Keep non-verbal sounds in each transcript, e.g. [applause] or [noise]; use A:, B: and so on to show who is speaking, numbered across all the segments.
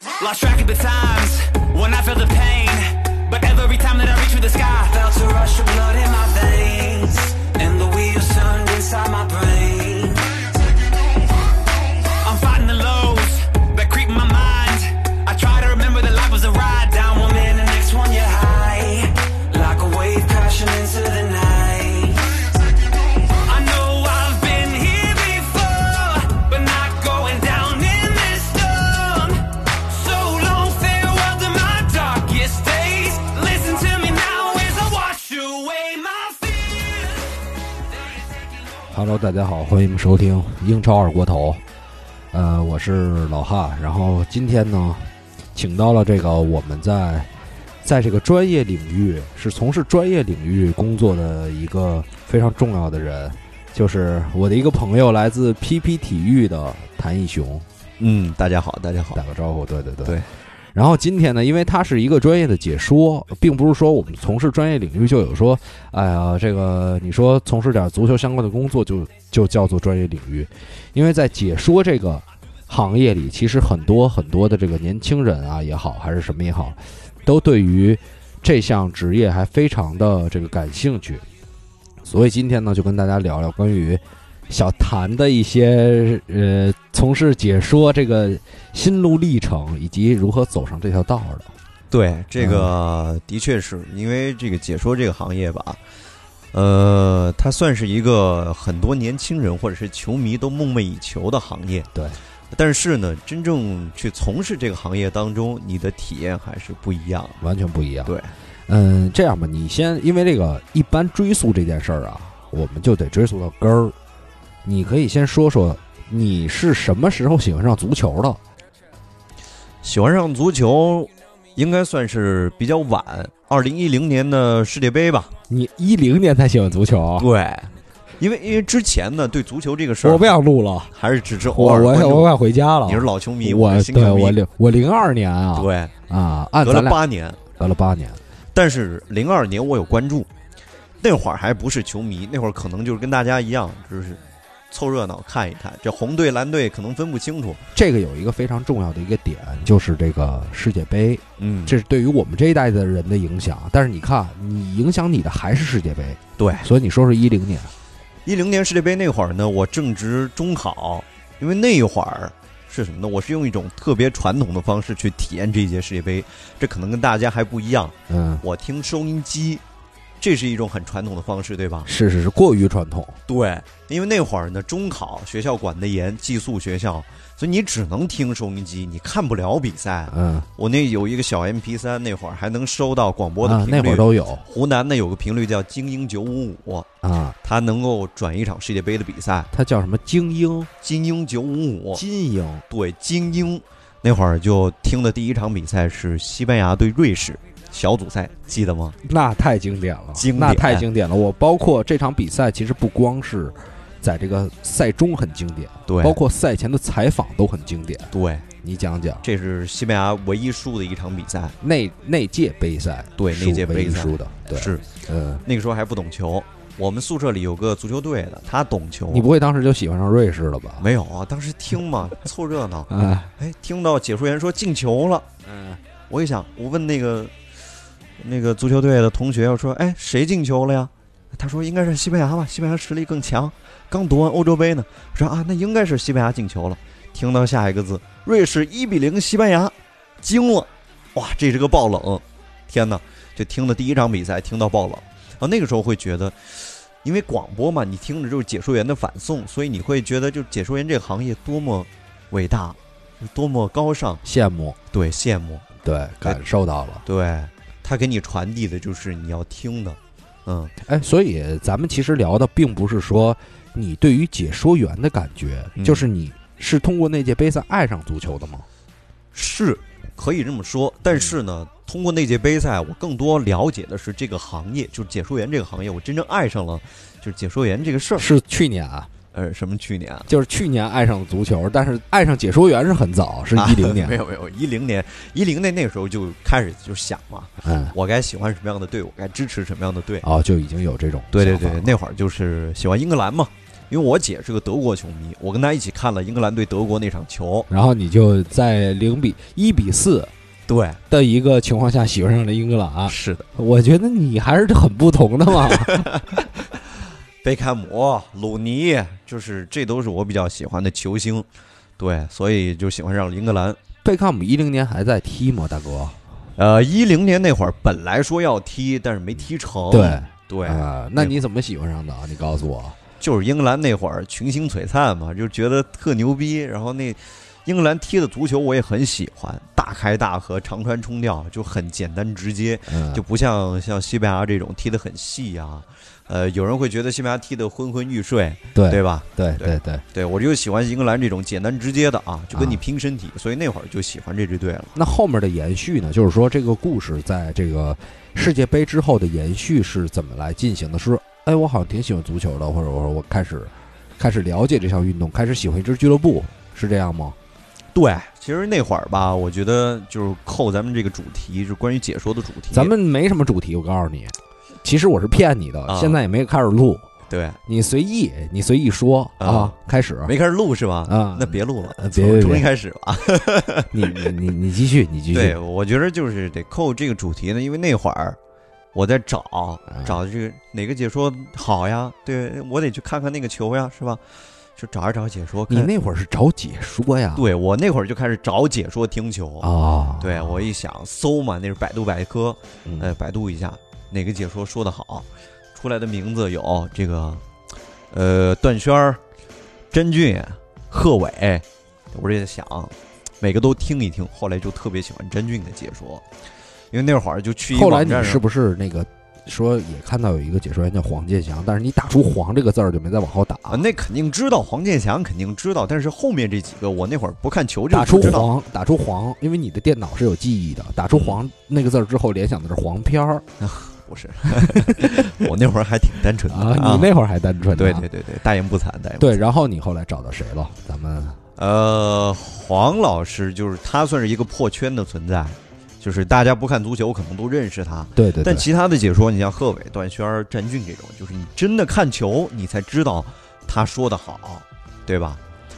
A: deeper times when I feel the pain. But every time that I reach for the sky,
B: Felt a rush of blood in my veins, and the wheels turned inside my brain.
A: I'm fighting the lows that creep in my mind. I try to remember that life was a ride down one minute.
B: And the next one you're high, like a wave crashing into the night.
A: I know I've been here before, but not going down in this storm. So long, farewell to my darkest days. Listen to me now as I wash away my fears.
C: Hello，大家好，欢迎收听英超二锅头。呃，我是老哈，然后今天呢，请到了这个我们在在这个专业领域是从事专业领域工作的一个非常重要的人，就是我的一个朋友，来自 PP 体育的谭义雄，
D: 嗯，大家好，大家好
C: 打。个招呼。对对对
D: 对。
C: 然后今天呢，因为他是一个专业的解说，并不是说我们从事专业领域就有说，哎呀，这个你说从事点足球相关的工作就就叫做专业领域，因为在解说这个行业里，其实很多很多的这个年轻人啊也好，还是什么也好，都对于这项职业还非常的这个感兴趣。所以今天呢，就跟大家聊聊关于小谭的一些呃从事解说这个心路历程，以及如何走上这条道的。
D: 对，这个
C: 嗯
D: 的确是因为这个解说这个行业吧，呃，它算是一个很多年轻人或者是球迷都梦寐以求的行业。
C: 对，
D: 但是呢，真正去从事这个行业当中，你的体验还是不一样。
C: 完全不一样。
D: 对，
C: 嗯，这样吧，你先，因为这个一般追溯这件事儿啊，我们就得追溯到根儿。你可以先说说你是什么时候喜欢上足球的？
D: 喜欢上足球，应该算是比较晚，二零一零年的世界杯吧。
C: 你一零年才喜欢足球？
D: 对，因为因为之前呢，对足球这个事
C: 我
D: 儿
C: 不想录了，
D: 还是只是偶
C: 我
D: 尔
C: 我
D: 关注
C: 我快回家了。
D: 你是老球迷，
C: 我
D: 是新
C: 对
D: 球迷
C: 我，零我零二年啊
D: 对，
C: 啊，按
D: 隔
C: 咱
D: 了
C: 俩
D: 八年。
C: 隔了八年，
D: 但是零二年我有关注，那会儿还不是球迷，那会儿可能就是跟大家一样，就是凑热闹看一看。这红队蓝队可能分不清楚，
C: 这个有一个非常重要的一个点，就是这个世界杯，
D: 嗯
C: 这是对于我们这一代的人的影响。啊但是你看，你影响你的还是世界杯，
D: 对。
C: 所以你说是一零年，
D: 一零年世界杯那会儿呢，我正值中考，因为那会儿是什么呢？我是用一种特别传统的方式去体验这一届世界杯，这可能跟大家还不一样。
C: 嗯，
D: 我听收音机，这是一种很传统的方式，对吧？
C: 是是是，过于传统，
D: 对，因为那会儿呢，中考学校管得严，寄宿学校，所以你只能听收音机，你看不了比赛。
C: 嗯，
D: 我那有一个小 MP 三，那会儿还能收到广播的
C: 啊
D: 频率。
C: 那会儿都有
D: 湖南呢有个频率叫精英九五五，
C: 啊，
D: 它能够转一场世界杯的比赛。
C: 它叫什么精英、
D: 精英九五五，
C: 金英，
D: 对精英。那会儿就听的第一场比赛是西班牙对瑞士小组赛，记得吗？
C: 那太经典了，
D: 经典
C: 那太经典了。我包括这场比赛，其实不光是在这个赛中很经典，
D: 对
C: 包括赛前的采访都很经典。
D: 对，
C: 你讲讲
D: 这是西班牙唯一输的一场比赛，
C: 那那届杯赛，
D: 对
C: 是
D: 那届
C: 唯一
D: 杯赛
C: 输的，对，
D: 是
C: 嗯，
D: 那个时候还不懂球，我们宿舍里有个足球队的，他懂球。
C: 你不会当时就喜欢上瑞士了吧？
D: 没有啊？当时听嘛，凑热闹。
C: 哎，
D: 哎，听到解说员说进球了，
C: 嗯，
D: 我一想，我问那个那个足球队的同学，我说：“哎，谁进球了呀？”他说：“应该是西班牙吧，西班牙实力更强，刚夺完欧洲杯呢。”我说：“啊，那应该是西班牙进球了。”听到下一个字，瑞士一比零西班牙，惊了，哇，这是个爆冷！天哪，就听的第一场比赛听到爆冷，啊，那个时候会觉得。因为广播嘛，你听着就是解说员的反送，所以你会觉得就解说员这个行业多么伟大，多么高尚，
C: 羡慕，
D: 对，羡慕。
C: 对，感受到了。
D: 对他给你传递的就是你要听的，嗯，
C: 哎，所以咱们其实聊的并不是说你对于解说员的感觉，
D: 嗯
C: 就是你是通过那届杯赛爱上足球的吗？
D: 是可以这么说。但是呢，通过那届杯赛，我更多了解的是这个行业，就是解说员这个行业，我真正爱上了就是解说员这个事儿。
C: 是去年啊，
D: 呃，什么去年啊？
C: 就是去年爱上足球，但是爱上解说员是很早，
D: [laughs]
C: 是一零年、
D: 啊没有没有，一零年，一零年那时候就开始就想嘛，
C: 嗯，
D: 我该喜欢什么样的队，我该支持什么样的队。
C: 哦，就已经有这种
D: 对对
C: 想
D: 对
C: 法，了
D: 那会儿就是喜欢英格兰嘛，因为我姐是个德国球迷，我跟她一起看了英格兰对德国那场球，
C: 然后你就在零比一比四
D: 对，
C: 的一个情况下喜欢上了英格兰，啊
D: 是的，
C: 我觉得你还是很不同的
D: [laughs]
C: 嘛。
D: 贝克汉姆、鲁尼，就是这都是我比较喜欢的球星，对，所以就喜欢上了英格兰。
C: 贝克汉姆一零年还在踢吗，大哥？
D: 呃，一零年那会儿本来说要踢，但是没踢成。
C: 对
D: 哦对，
C: 啊，那你怎么喜欢上的啊？你告诉我。
D: 就是英格兰那会儿群星璀璨嘛，就觉得特牛逼。然后那英格兰踢的足球我也很喜欢，大开大合，长传冲吊，就很简单直接，
C: 嗯，
D: 就不像像西班牙这种踢得很细啊。呃，有人会觉得西班牙踢得昏昏欲睡，
C: 对
D: 对吧？
C: 对
D: 对
C: 对，
D: 对我就喜欢英格兰这种简单直接的啊，就跟你拼身体，所以那会儿就喜欢这支队了。
C: 那后面的延续呢？就是说，这个故事在这个世界杯之后的延续是怎么来进行的？是，哎，我好像挺喜欢足球的，或者我说我开始开始了解这项运动，开始喜欢一支俱乐部，是这样吗？
D: 对，其实那会儿吧，我觉得就是扣咱们这个主题，就是关于解说的主题。
C: 咱们没什么主题，我告诉你，其实我是骗你的，
D: 啊
C: 现在也没开始录，
D: 对
C: 你随意，你随意说
D: 啊
C: 啊，开始，
D: 没开始录是吧？
C: 啊
D: 那别录了
C: 呃，别别别
D: 重新开始吧。
C: 你你你你继续，你继续
D: 对，，我觉得就是得扣这个主题呢，因为那会儿我在找
C: 啊
D: 找这个哪个解说好呀，对我得去看看那个球呀，是吧？就找一找解说。
C: 你
D: 看
C: 那会儿是找解说呀？
D: 对我那会儿就开始找解说听球。
C: 啊，
D: 对我一想搜嘛，那是百度百科，
C: 嗯
D: 呃，百度一下哪个解说说的好，出来的名字有这个，呃，段轩儿、甄俊、贺炜，我这在想，每个都听一听。后来就特别喜欢甄俊的解说，因为那会儿就去一
C: 后来
D: 网
C: 你
D: 站
C: 是
D: 上
C: 不是那个说也看到有一个解说员叫黄健翔，但是你打出“黄”这个字儿就没再往后打，
D: 啊，那肯定知道黄健翔肯定知道，但是后面这几个我那会儿不看球就
C: 打出
D: 不
C: “
D: 知道。
C: 黄”，打出“黄”，因为你的电脑是有记忆的，打出“黄”那个字儿之后联想的是黄片儿
D: 不是， [laughs] 我那会儿还挺单纯的
C: 啊，你那会儿还单纯呢啊
D: 对对对对，大言不惭，大言不惭。
C: 对，然后你后来找到谁了？咱们
D: 呃，黄老师就是他算是一个破圈的存在，就是大家不看足球可能都认识他，
C: 对对对
D: 但，其他的解说，你像贺炜、段轩儿、詹俊这种，就是你真的看球，你才知道他说的好，对吧？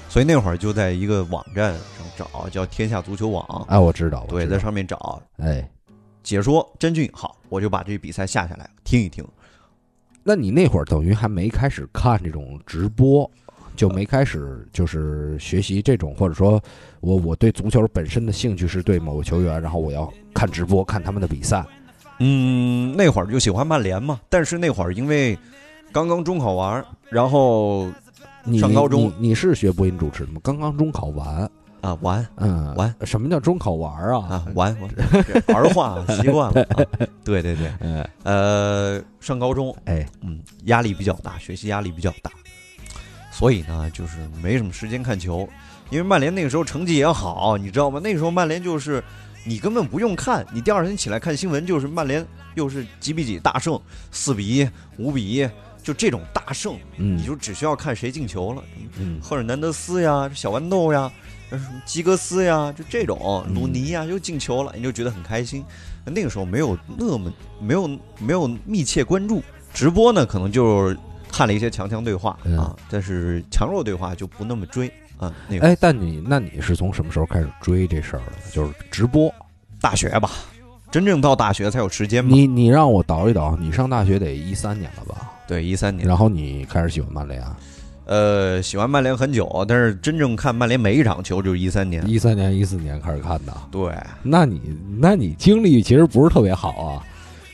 D: 所以那会儿就在一个网站上找，叫天下足球网，
C: 哎，我知道，我
D: 对，
C: 知
D: 在
C: 道
D: 上面找
C: 哎，
D: 解说詹俊好，我就把这比赛下下来听一听。
C: 那你那会儿等于还没开始看这种直播，就没开始就是学习这种，或者说我我对足球本身的兴趣是对某个球员，然后我要看直播看他们的比赛。
D: 嗯，那会儿就喜欢曼联嘛，但是那会儿因为刚刚中考完儿，然后
C: 你
D: 上高中
C: 你，你是学播音主持的吗？刚刚中考完，
D: 啊完。
C: 嗯，
D: 完，
C: 什么叫中考完啊？
D: 啊，玩玩儿化习惯了、啊。对对对，
C: 嗯，
D: 呃，上高中，
C: 哎，
D: 嗯，压力比较大，学习压力比较大，所以呢，就是没什么时间看球。因为曼联那个时候成绩也好，你知道吗？那个时候曼联就是你根本不用看，你第二天起来看新闻就是曼联又是几比几大胜，四比一、五比一，就这种大胜，
C: 嗯，
D: 你就只需要看谁进球了。
C: 嗯，
D: 赫尔南德斯呀，小豌豆呀，呃什么基格斯呀，就这种
C: 嗯
D: 鲁尼呀，又进球了，你就觉得很开心。那个时候没有那么没有没有密切关注直播呢，可能就是看了一些强强对话、
C: 嗯
D: 啊，但是强弱对话就不那么追啊。那个
C: 哎，但你那你是从什么时候开始追这事儿的？就是直播，
D: 大学吧，真正到大学才有时间嘛。
C: 你你让我倒一倒，你上大学得一三年了吧？
D: 对，一三年，
C: 然后你开始喜欢曼联，啊
D: 呃，喜欢曼联很久，但是真正看曼联每一场球就是一三年。
C: 一三年、一四年开始看的。啊
D: 对，
C: 那你那你经历其实不是特别好啊，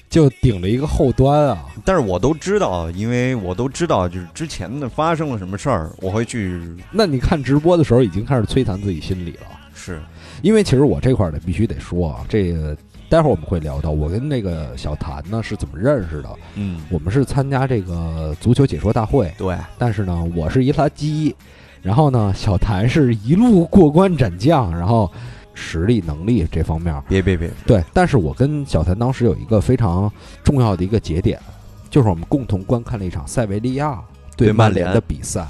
C: 就顶着一个后端啊。
D: 但是我都知道，因为我都知道，就是之前的发生了什么事儿，我会去
C: 那你看直播的时候已经开始摧残自己心理了。
D: 是
C: 因为其实我这块儿呢，必须得说啊，这个待会儿我们会聊到，我跟那个小谭呢是怎么认识的。
D: 嗯，
C: 我们是参加这个足球解说大会，
D: 对，
C: 但是呢，我是一垃圾，然后呢，小谭是一路过关斩将，然后实力能力这方面儿，
D: 别别别，
C: 对。但是我跟小谭当时有一个非常重要的一个节点，就是我们共同观看了一场塞维利亚对
D: 对曼
C: 曼联
D: 联
C: 的比赛。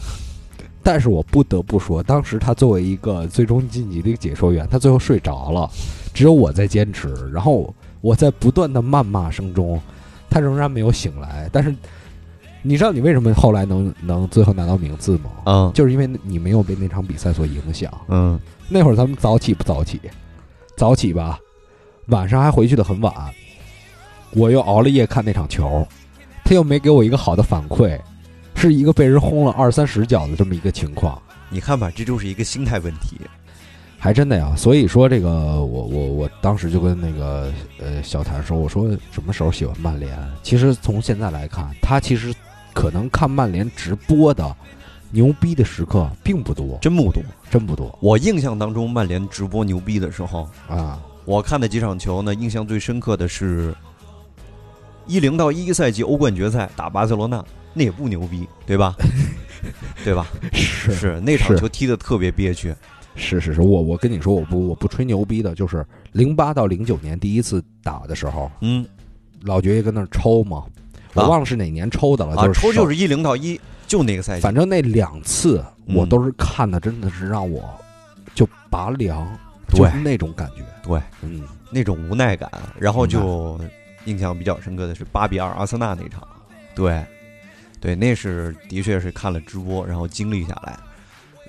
C: 但是我不得不说，当时他作为一个最终晋级的一个解说员，他最后睡着了，只有我在坚持。然后我在不断的谩骂声中，他仍然没有醒来。但是你知道你为什么后来能能最后拿到名次吗？
D: 嗯
C: 就是因为你没有被那场比赛所影响。
D: 嗯，
C: 那会儿咱们早起不早起？早起吧，晚上还回去的很晚，我又熬了夜看那场球，他又没给我一个好的反馈，是一个被人轰了二三十脚的这么一个情况，
D: 你看吧，这就是一个心态问题。
C: 还真的呀。所以说这个，我我我当时就跟那个呃小谭说，我说什么时候喜欢曼联？其实从现在来看，他其实可能看曼联直播的牛逼的时刻并不多，
D: 真不多。
C: 真不多
D: 我印象当中，曼联直播牛逼的时候，
C: 啊。
D: 我看的几场球呢，印象最深刻的是，一零到一一赛季欧冠决赛打巴塞罗那，那也不牛逼，对 [laughs] 吧？对吧？
C: 是
D: 是那场
C: 是
D: 球踢得特别憋屈，
C: 是是是，我我跟你说，我不我不吹牛逼的，就是零八到零九年第一次打的时候，
D: 嗯
C: 老爵爷跟那儿抽嘛，我
D: 啊
C: 忘了是哪年抽的了，
D: 啊，
C: 就是
D: 抽
C: 手
D: 就是一零到一，就那个赛季
C: 反正那两次
D: 嗯
C: 我都是看的，真的是让我就拔凉，
D: 对
C: 就是那种感觉，
D: 对，
C: 嗯，
D: 那种无奈感，然后就印象比较深刻的是八比二阿森纳那场，对，对，那是的确是看了直播，然后经历下来，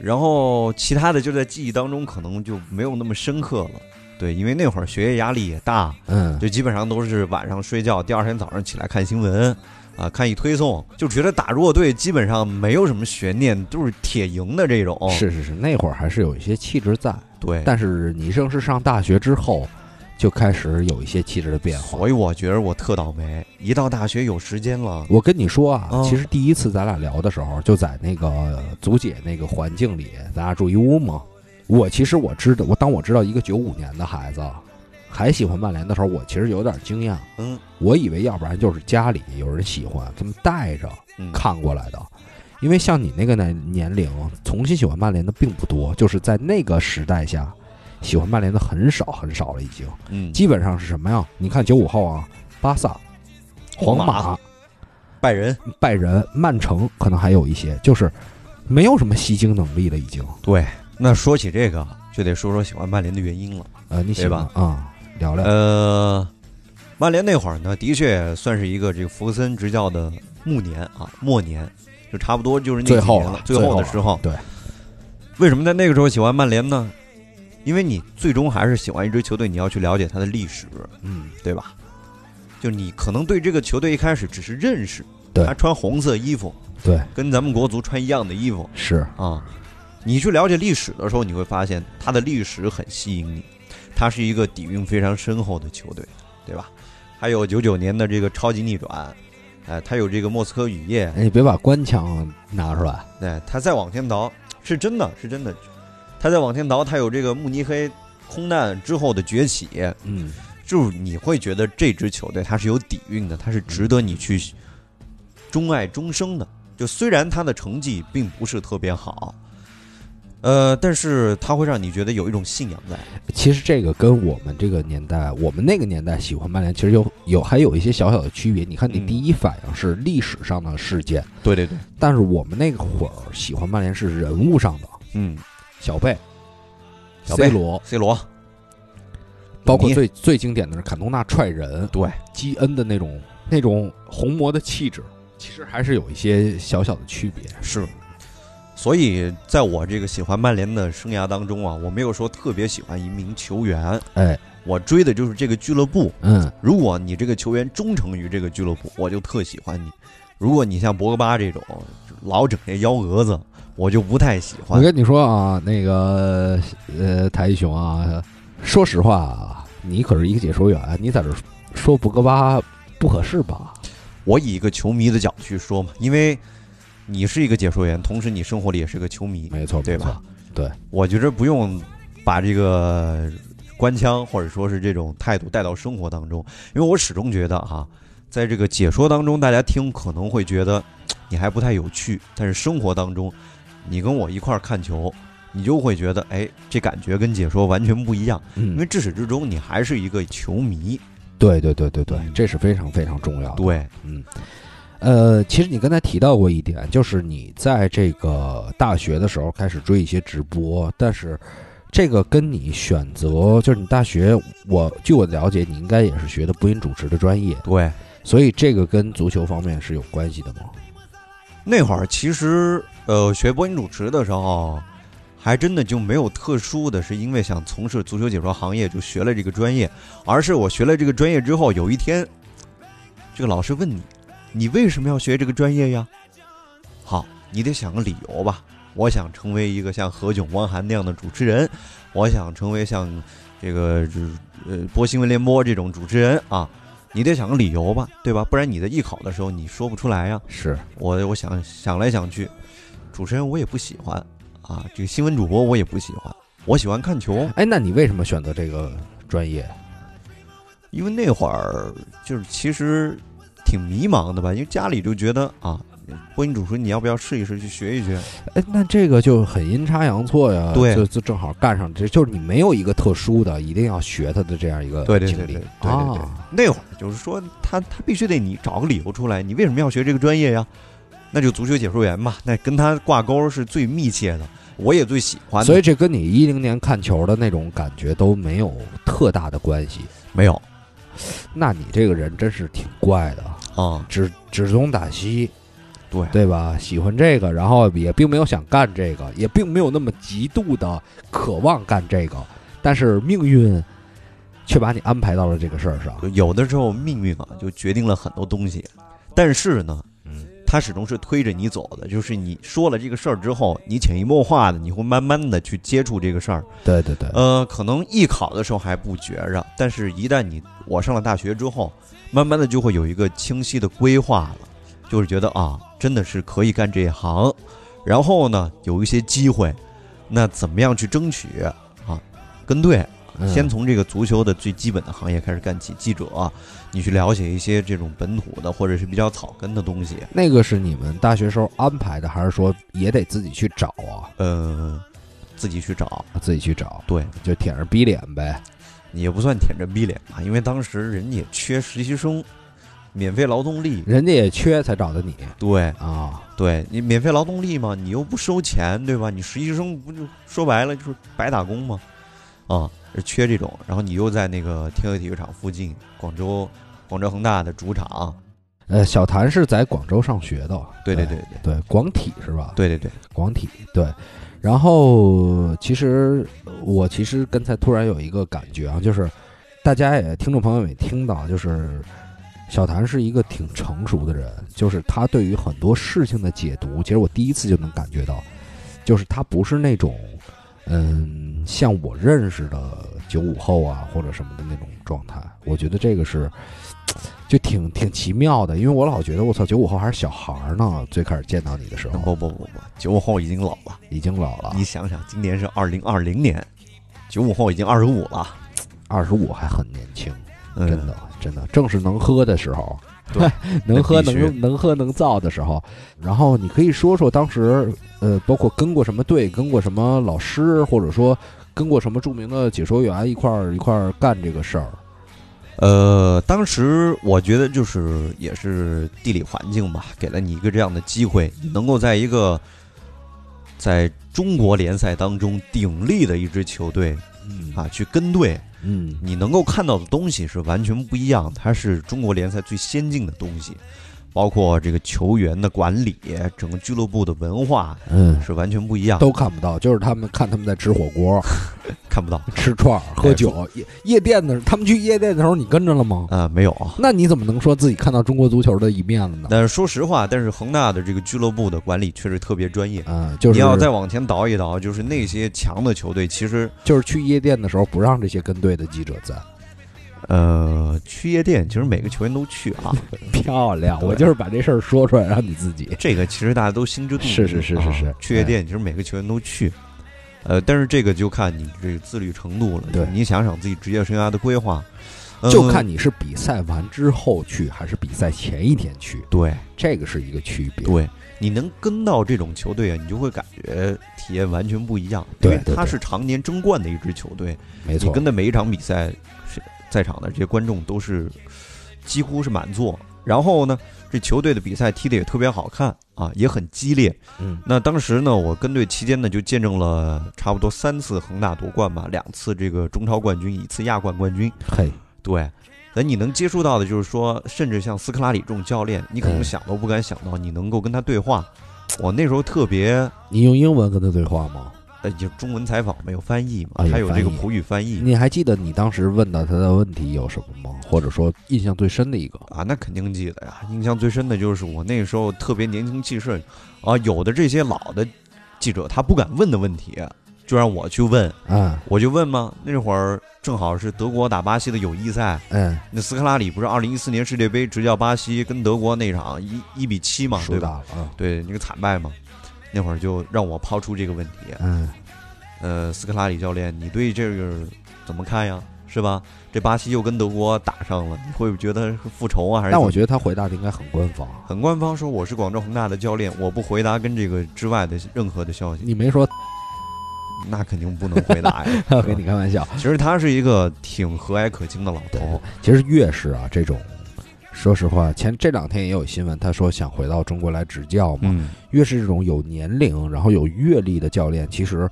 D: 然后其他的就在记忆当中可能就没有那么深刻了，对，因为那会儿学业压力也大，
C: 嗯，
D: 就基本上都是晚上睡觉，第二天早上起来看新闻，啊，看一推送，就觉得打弱队基本上没有什么悬念，都是铁赢的这种，
C: 是是是，那会儿还是有一些气质在，
D: 对，
C: 但是你正是上大学之后，就开始有一些气质的变化
D: 所。以我觉得我特倒霉，一到大学有时间了。
C: 我跟你说啊，
D: 嗯
C: 其实第一次咱俩聊的时候，就在那个呃足姐那个环境里，咱俩住一屋嘛。我其实我知道，我当我知道一个九五年的孩子啊还喜欢曼联的时候，我其实有点惊讶。
D: 嗯，
C: 我以为要不然就是家里有人喜欢，这么带着
D: 嗯
C: 看过来的。因为像你那个年年龄，重新喜欢曼联的并不多，就是在那个时代下，喜欢曼联的很少很少了，已经。
D: 嗯，
C: 基本上是什么呀？你看九五后啊，巴萨、皇
D: 皇马
C: 马
D: 拜仁，
C: 拜仁、曼城可能还有一些，就是没有什么吸睛能力了，已经。
D: 对，那说起这个，就得说说喜欢曼联的原因了。
C: 呃，你喜欢
D: 对
C: 啊、聊聊，
D: 呃，曼联那会儿呢，的确算是一个这个福格森执教的暮年啊，末年，就差不多就是那
C: 最
D: 几
C: 后
D: 年
C: 了
D: 了，最后的时候。
C: 对，
D: 为什么在那个时候喜欢曼联呢？因为你最终还是喜欢一支球队，你要去了解它的历史，
C: 嗯，
D: 对吧？就你可能对这个球队一开始只是认识，
C: 对
D: 他穿红色衣服，
C: 对，
D: 跟咱们国足穿一样的衣服，
C: 是
D: 啊，你去了解历史的时候，你会发现它的历史很吸引你，它是一个底蕴非常深厚的球队，对吧？还有九九年的这个超级逆转，哎，它有这个莫斯科雨夜，
C: 哎，你别把官腔拿出来，
D: 哎，它再往前倒，是真的是真的，它再往前倒，它有这个慕尼黑空难之后的崛起，
C: 嗯，
D: 就是你会觉得这支球队它是有底蕴的，它是值得你去钟爱终生的。就虽然他的成绩并不是特别好，呃，但是他会让你觉得有一种信仰在。
C: 呃其实这个跟我们这个年代，我们那个年代喜欢曼联，其实有有还有一些小小的区别。你看，你
D: 嗯
C: 第一反应是历史上的事件，
D: 对对对，
C: 但是我们那会儿喜欢曼联是人物上的，
D: 嗯
C: 小贝、
D: 小贝
C: C 罗，
D: ，C 罗，
C: 包括
D: 你
C: 最最经典的是坎通纳踹人，
D: 对
C: 基恩的那种那种红魔的气质，其实还是有一些小小的区别。
D: 是。所以，在我这个喜欢曼联的生涯当中啊，我没有说特别喜欢一名球员，
C: 哎，
D: 我追的就是这个俱乐部。
C: 嗯，
D: 如果你这个球员忠诚于这个俱乐部，我就特喜欢你；如果你像博格巴这种老整这幺蛾子，我就不太喜
C: 我
D: 欢。
C: 跟你说啊，那个呃，台一雄啊，说实话啊，你可是一个解说员，你在这说博格巴不合适吧？
D: 我以一个球迷的角度去说嘛，因为你是一个解说员，同时你生活里也是个球迷，
C: 没错，
D: 对
C: 没错
D: 吧？？
C: 对，
D: 我觉着不用把这个官腔或者说是这种态度带到生活当中，因为我始终觉得哈、在这个解说当中，大家听可能会觉得你还不太有趣，但是生活当中，你跟我一块儿看球，你就会觉得哎，这感觉跟解说完全不一样，因为
C: 嗯，
D: 至始至终你还是一个球迷。
C: 对对对对对，
D: 嗯
C: 这是非常非常重要的。
D: 对，
C: 嗯，呃，其实你刚才提到过一点，就是你在这个大学的时候开始追一些直播，但是这个跟你选择，就是你大学，我据我了解，你应该也是学的播音主持的专业，
D: 对，
C: 所以这个跟足球方面是有关系的吗？
D: 那会儿其实呃，学播音主持的时候，还真的就没有特殊的，是因为想从事足球解说行业就学了这个专业，而是我学了这个专业之后，有一天，这个老师问你，你为什么要学这个专业呀？好，你得想个理由吧。我想成为一个像何炅、汪涵那样的主持人，我想成为像这个就是呃播新闻联播这种主持人啊，你得想个理由吧，对吧？不然你在艺考的时候你说不出来呀、
C: 是
D: 我我想想来想去，主持人我也不喜欢啊，这个新闻主播我也不喜欢，我喜欢看球，
C: 哎，那你为什么选择这个专业？
D: 因为那会儿就是其实挺迷茫的吧，因为家里就觉得啊，播音主持你要不要试一试去学一学？
C: 哎，那这个就很阴差阳错呀，
D: 对
C: 就就正好干上，这就是你没有一个特殊的，一定要学它的这样一个
D: 对对
C: 经
D: 对
C: 历
D: 对对对对
C: 啊，
D: 那会儿就是说他他必须得你找个理由出来，你为什么要学这个专业呀？那就足球解说员吧，那跟他挂钩是最密切的，我也最喜欢的。
C: 所以这跟你一零年看球的那种感觉都没有特大的关系。
D: 没有
C: 那你这个人真是挺怪的，
D: 啊、
C: 指指东打西，
D: 对啊
C: 对吧？喜欢这个，然后也并没有想干这个，也并没有那么极度的渴望干这个，但是命运却把你安排到了这个事儿上。
D: 有的时候命运啊就决定了很多东西，但是呢，
C: 嗯，
D: 他始终是推着你走的，就是你说了这个事儿之后，你潜移默化的，你会慢慢的去接触这个事儿。
C: 对对对，
D: 呃，可能艺考的时候还不觉着，但是一旦你我上了大学之后，慢慢的就会有一个清晰的规划了，就是觉得啊，真的是可以干这一行，然后呢，有一些机会，那怎么样去争取啊？跟对，
C: 嗯
D: 先从这个足球的最基本的行业开始干起。记者啊，你去了解一些这种本土的或者是比较草根的东西，
C: 那个是你们大学时候安排的，还是说也得自己去找啊？
D: 呃，自己去找。
C: 自己去找，
D: 对，
C: 就舔着逼脸呗。
D: 也不算舔着逼脸吧，因为当时人家也缺实习生，免费劳动力。
C: 人家也缺才找的你
D: 对
C: 啊。
D: 对，你免费劳动力嘛，你又不收钱，对吧？你实习生不就说白了就是白打工嘛，啊，是缺这种。然后你又在那个天河体育场附近，广州广州恒大的主场，
C: 呃，小谭是在广州上学的，
D: 对对
C: 对
D: 对对
C: 对，广体是吧？
D: 对对对，
C: 广体对。然后其实我其实刚才突然有一个感觉啊，就是大家也听众朋友也听到，就是小谭是一个挺成熟的人，就是他对于很多事情的解读，其实我第一次就能感觉到，就是他不是那种嗯像我认识的九五后啊或者什么的那种状态。我觉得这个是。就挺挺奇妙的，因为我老觉得我操九五后还是小孩儿呢，最开始见到你的时候，
D: 不不不不，九五后已经老了，
C: 已经老了，
D: 你想想，今年是二零二零年，九五后已经二十五了，
C: 二十五还很年轻，
D: 嗯、
C: 真的、真的，正是能喝的时候，
D: 对，
C: [laughs] 能喝
D: 那必须
C: 能能喝能造的时候。然后你可以说说当时，呃，包括跟过什么队，跟过什么老师，或者说跟过什么著名的解说员一块儿一块儿干这个事儿。
D: 呃，当时我觉得就是也是地理环境吧，给了你一个这样的机会，你能够在一个在中国联赛当中鼎立的一支球队
C: 嗯
D: 啊去跟队，
C: 嗯
D: 你能够看到的东西是完全不一样的，它是中国联赛最先进的东西，包括这个球员的管理，整个俱乐部的文化
C: 嗯，
D: 是完全不一样的，
C: 都看不到，就是他们看他们在吃火锅、
D: 看不到
C: 吃串儿、喝
D: 哎
C: 酒，夜夜店的时候，他们去夜店的时候，你跟着了吗？
D: 啊、没有啊。
C: 那你怎么能说自己看到中国足球的一面了呢？
D: 但是说实话，但是恒大的这个俱乐部的管理确实特别专业。
C: 嗯，就是
D: 你要再往前倒一倒，就是那些强的球队，其实
C: 就是去夜店的时候不让这些跟队的记者在。
D: 呃，去夜店，其实每个球员都去
C: [laughs]
D: 啊。
C: [laughs] 漂亮，
D: 对
C: 我就是把这事儿说出来，让你自己。
D: 这个其实大家都心知肚明，
C: 是是是是是哎
D: 啊去夜店，其实每个球员都去。呃，但是这个就看你这个自律程度了。
C: 对
D: 你想想自己职业生涯的规划，呃
C: 就看你是比赛完之后去，还是比赛前一天去，
D: 对
C: 这个是一个区别。
D: 对，你能跟到这种球队啊，你就会感觉体验完全不一样，
C: 对
D: 因为
C: 对
D: 他
C: 对
D: 是常年争冠的一支球队，
C: 没
D: 你
C: 错
D: 跟。的每一场比赛是在场的这些观众都是几乎是满座。然后呢，这球队的比赛踢得也特别好看啊，也很激烈。
C: 嗯
D: 那当时呢，我跟队期间呢，就见证了差不多三次恒大夺冠吧，两次这个中超冠军，一次亚冠冠军。
C: 嘿，
D: 对，那你能接触到的就是说，甚至像斯科拉里这种教练，你可能
C: 嗯
D: 想都不敢想到，你能够跟他对话。我那时候特别
C: 你用英文跟他对话吗？
D: 呃，就中文采访没有翻译嘛，
C: 啊有
D: 它有这个
C: 翻译
D: 葡语翻译
C: 你还记得你当时问到他的问题有什么吗？或者说印象最深的一个？
D: 啊，那肯定记得呀。印象最深的就是我那个时候特别年轻气盛，啊，有的这些老的记者他不敢问的问题，就让我去问，
C: 啊，
D: 我就问嘛。那会儿正好是德国打巴西的友谊赛，
C: 嗯，
D: 那斯科拉里不是二零一四年世界杯执教巴西跟德国那场一一比七嘛，
C: 输
D: 对
C: 大
D: 吧？
C: 了啊，
D: 对，那个惨败嘛。那会儿就让我抛出这个问题，
C: 嗯，
D: 呃，斯科拉里教练，你对这个怎么看呀？是吧？这巴西又跟德国打上了，你会不会觉得是复仇啊？还是
C: 但我
D: 怎么
C: 觉得他回答的应该很官方。
D: 很官方说我是广州恒大的教练，我不回答跟这个之外的任何的消息，
C: 你 [laughs] 没说。
D: 那肯定不能回答呀
C: [laughs] 跟你
D: 是吧
C: 开玩笑，
D: 其实他是一个挺和蔼可亲的老头，
C: 其实越是啊这种，说实话，前这两天也有新闻，他说想回到中国来执教嘛，
D: 嗯，
C: 越是这种有年龄然后有阅历的教练，其实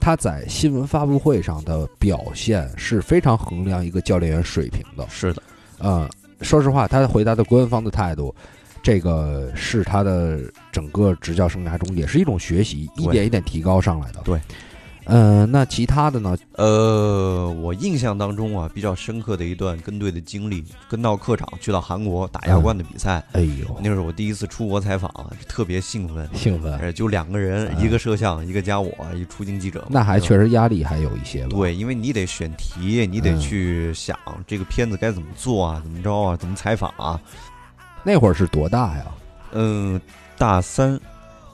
C: 他在新闻发布会上的表现是非常衡量一个教练员水平的。
D: 是的，
C: 呃，说实话，他回答的官方的态度，这个是他的整个执教生涯中也是一种学习，
D: 对
C: 一点一点提高上来的。
D: 对，
C: 呃，那其他的呢？
D: 呃，我印象当中啊比较深刻的一段跟队的经历，跟到客场去到韩国打亚冠的比赛，
C: 哎呦，
D: 那是我第一次出国采访，啊特别兴奋，
C: 兴奋，
D: 而且就两个人，
C: 嗯
D: 一个摄像，一个加我，一出镜记者嘛，
C: 那还
D: 对吧
C: 确实压力还有一些吧。
D: 对，因为你得选题，你得
C: 嗯
D: 去想这个片子该怎么做啊，怎么着啊，怎么采访啊，
C: 那会儿是多大呀？
D: 嗯，大三，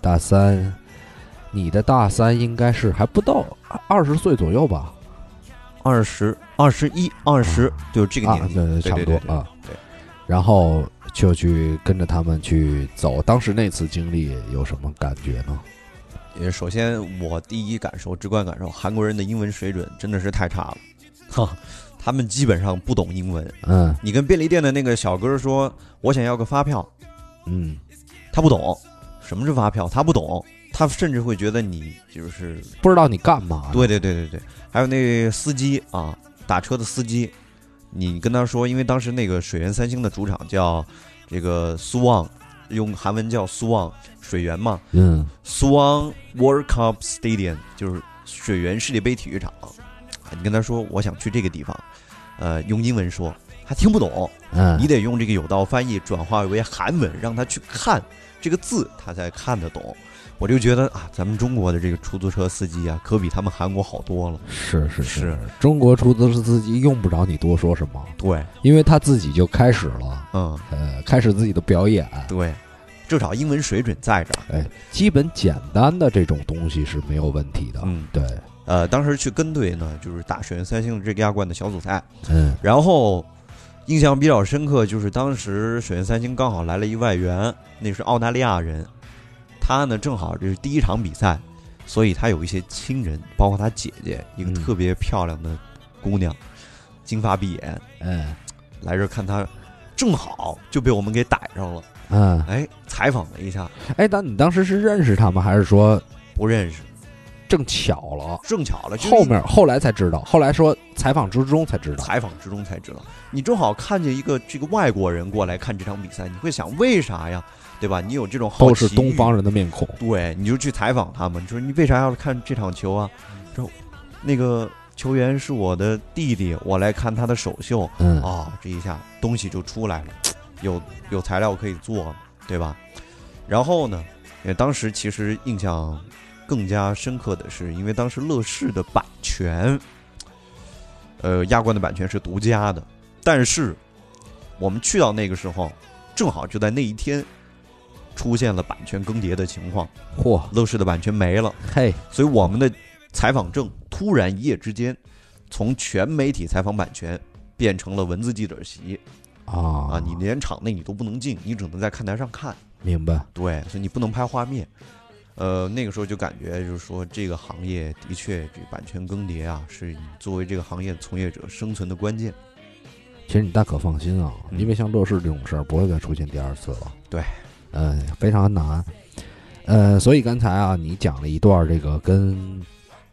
C: 大三，你的大三应该是还不到二十岁左右吧？
D: 二十二十一、二十，就这个
C: 啊
D: 年，纪，
C: 对，
D: 对
C: 差不多啊。。
D: 对对对
C: 然后就去跟着他们去走。当时那次经历有什么感觉呢？
D: 对，也首先我第一感受、直观感受，韩国人的英文水准真的是太差了，哈，他们基本上不懂英文。
C: 嗯
D: 你跟便利店的那个小哥说，我想要个发票，
C: 嗯，
D: 他不懂，什么是发票，他不懂。他甚至会觉得你就是
C: 不知道你干嘛。，
D: 对对对对对，还有那司机啊，打车的司机，你跟他说，因为当时那个水源三星的主场叫这个苏旺，用韩文叫苏旺水源嘛，
C: 嗯，
D: 苏旺 World Cup Stadium 就是水源世界杯体育场。啊你跟他说我想去这个地方，呃，用英文说，他听不懂，
C: 嗯，
D: 你得用这个有道翻译转化为韩文，让他去看这个字，他才看得懂。我就觉得啊，咱们中国的这个出租车司机啊，可比他们韩国好多了。
C: 是是
D: 是，
C: 中国出租车司机用不着你多说什么，
D: 对，
C: 因为他自己就开始了，
D: 嗯，
C: 呃，开始自己的表演。
D: 对，至少英文水准在这儿。
C: 哎，基本简单的这种东西是没有问题的。
D: 嗯，
C: 对，
D: 呃，当时去跟队呢，就是打水原三星的这个亚冠的小组赛，
C: 嗯
D: 然后印象比较深刻，就是当时水原三星刚好来了一外援，那是澳大利亚人，他呢正好这是第一场比赛，所以他有一些亲人，包括他姐姐，一个
C: 嗯
D: 特别漂亮的姑娘，金发碧眼，
C: 嗯
D: 来这儿看他，正好就被我们给逮上了，
C: 嗯，
D: 哎，采访了一下，
C: 哎，那你当时是认识他吗？还是说
D: 不认识，
C: 正巧了？
D: 正巧了，就是
C: 后面后来才知道，后来说采访之中才知道。
D: 采访之中才知道，你正好看见一个这个外国人过来看这场比赛，你会想为啥呀，对吧？你有这种好
C: 都
D: 奇
C: 是
D: 欲
C: 东方，人的面孔，
D: 对，你就去采访他们，就说你为啥要看这场球啊？说那个球员是我的弟弟，我来看他的首秀啊、
C: 嗯，
D: 这一下东西就出来了，有有材料可以做，对吧？然后呢，也当时其实印象更加深刻的是，因为当时乐视的版权，呃，亚冠的版权是独家的，但是我们去到那个时候，正好就在那一天出现了版权更迭的情况，
C: 嚯，
D: 乐视的版权没了，
C: 嘿，
D: 所以我们的采访证突然一夜之间从全媒体采访版权。变成了文字记者席
C: 啊
D: 啊！你连场内你都不能进，你只能在看台上看。
C: 明白？
D: 对，所以你不能拍画面。呃，那个时候就感觉就是说，这个行业的确这版权更迭啊，是你作为这个行业从业者生存的关键。
C: 其实你大可放心啊，
D: 嗯
C: 因为像乐视这种事儿不会再出现第二次了。
D: 对，
C: 呃，非常难。呃，所以刚才啊，你讲了一段这个跟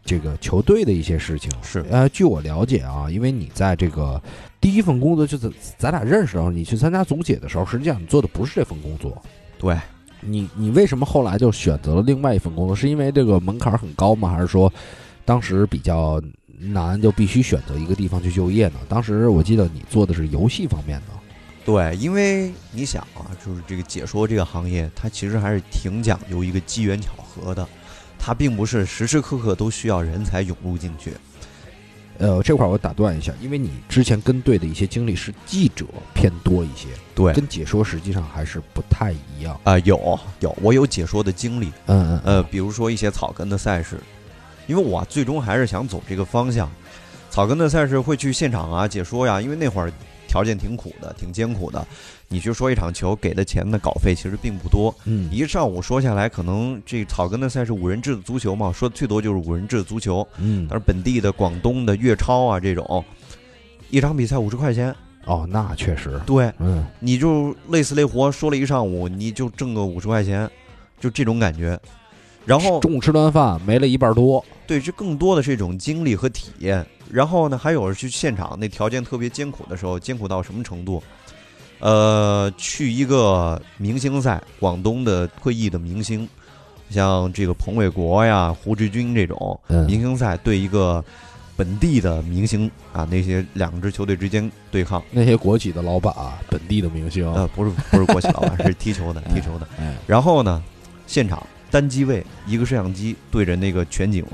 C: 这个球队的一些事情。
D: 是
C: 呃，据我了解啊，因为你在这个第一份工作，就是咱俩认识的时候，你去参加总姐的时候，实际上你做的不是这份工作。
D: 对，
C: 你你为什么后来就选择了另外一份工作？是因为这个门槛很高吗？还是说当时比较难，就必须选择一个地方去就业呢？当时我记得你做的是游戏方面的，
D: 对，因为你想啊，就是这个解说这个行业，它其实还是挺讲究一个机缘巧合的，它并不是时时刻刻都需要人才涌入进去。
C: 呃，这块儿我打断一下，因为你之前跟队的一些经历是记者偏多一些，
D: 对啊、
C: 跟解说实际上还是不太一样。
D: 呃有有，我有解说的经历，
C: 嗯嗯
D: 呃，比如说一些草根的赛事，因为我最终还是想走这个方向。草根的赛事会去现场啊解说呀，因为那会儿条件挺苦的，挺艰苦的。你去说一场球，给的钱的稿费其实并不多，
C: 嗯
D: 一上午说下来，可能这草根的赛事五人制的足球嘛，说的最多就是五人制的足球，
C: 嗯
D: 但是本地的广东的粤超啊这种，一场比赛五十块钱，
C: 哦，那确实，
D: 对，
C: 嗯
D: 你就累死累活说了一上午，你就挣个五十块钱，就这种感觉。然后
C: 中午吃顿饭没了一半多，
D: 对，这更多的是一种经历和体验。然后呢，还有去现场，那条件特别艰苦的时候，艰苦到什么程度？呃，去一个明星赛，广东的退役的明星，像这个彭伟国呀、胡志军这种
C: 嗯
D: 明星赛，对一个本地的明星啊，那些两支球队之间对抗。
C: 那些国企的老板、啊本地的明星，
D: 呃，不是不是国企老板，是
C: [laughs]
D: 踢球的，踢球的。
C: 哎，
D: 然后呢，现场单机位，一个摄像机对着那个全景，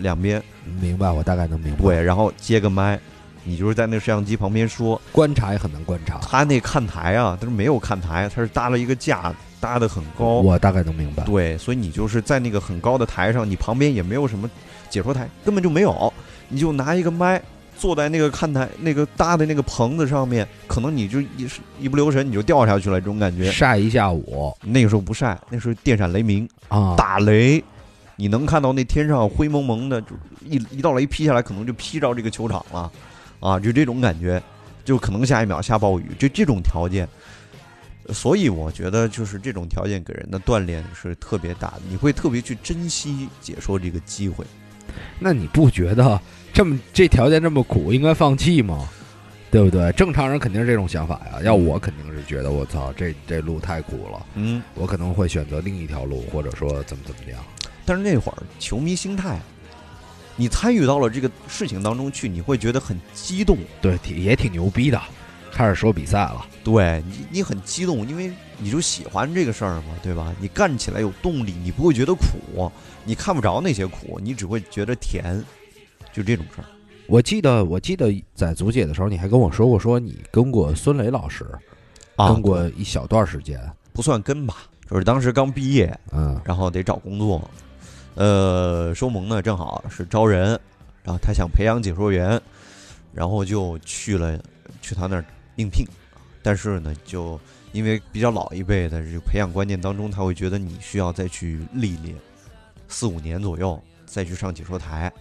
D: 两边
C: 明白，我大概能明白。
D: 对，然后接个麦，你就是在那摄像机旁边说。
C: 观察也很难观察。
D: 他那看台啊，他是没有看台，他是搭了一个架，搭的很高。
C: 我大概能明白。
D: 对，所以你就是在那个很高的台上，你旁边也没有什么解说台，根本就没有，你就拿一个麦坐在那个看台那个搭的那个棚子上面，可能你就一一不留神你就掉下去了，这种感觉。
C: 晒一下午
D: 那个时候不晒，那时候电闪雷鸣，
C: 啊，
D: 打雷，你能看到那天上灰蒙蒙的，就一一道雷劈下来，可能就劈着这个球场了，啊，就这种感觉，就可能下一秒下暴雨，就这种条件。所以我觉得，就是这种条件给人的锻炼是特别大的，你会特别去珍惜解说这个机会。
C: 那你不觉得这么这条件这么苦，应该放弃吗？对不对？正常人肯定是这种想法呀。要我肯定是觉得我操，这这路太苦了，
D: 嗯，
C: 我可能会选择另一条路，或者说怎么怎么样。
D: 但是那会儿球迷心态，你参与到了这个事情当中去，你会觉得很激动，
C: 对，挺也挺牛逼的。开始说比赛了，
D: 对你，你很激动，因为你就喜欢这个事儿嘛，对吧？你干起来有动力，你不会觉得苦，你看不着那些苦，你只会觉得甜，就这种事儿。
C: 我记得我记得在足姐的时候，你还跟我说过，说你跟过孙磊老师，
D: 啊
C: 跟过一小段时间。
D: 不算跟吧，就是当时刚毕业，
C: 嗯，
D: 然后得找工作，呃，收盟呢正好是招人，然后他想培养解说员，然后就去了去他那儿应聘，但是呢，就因为比较老一辈的这个培养观念当中，他会觉得你需要再去历练四五年左右再去上解说台。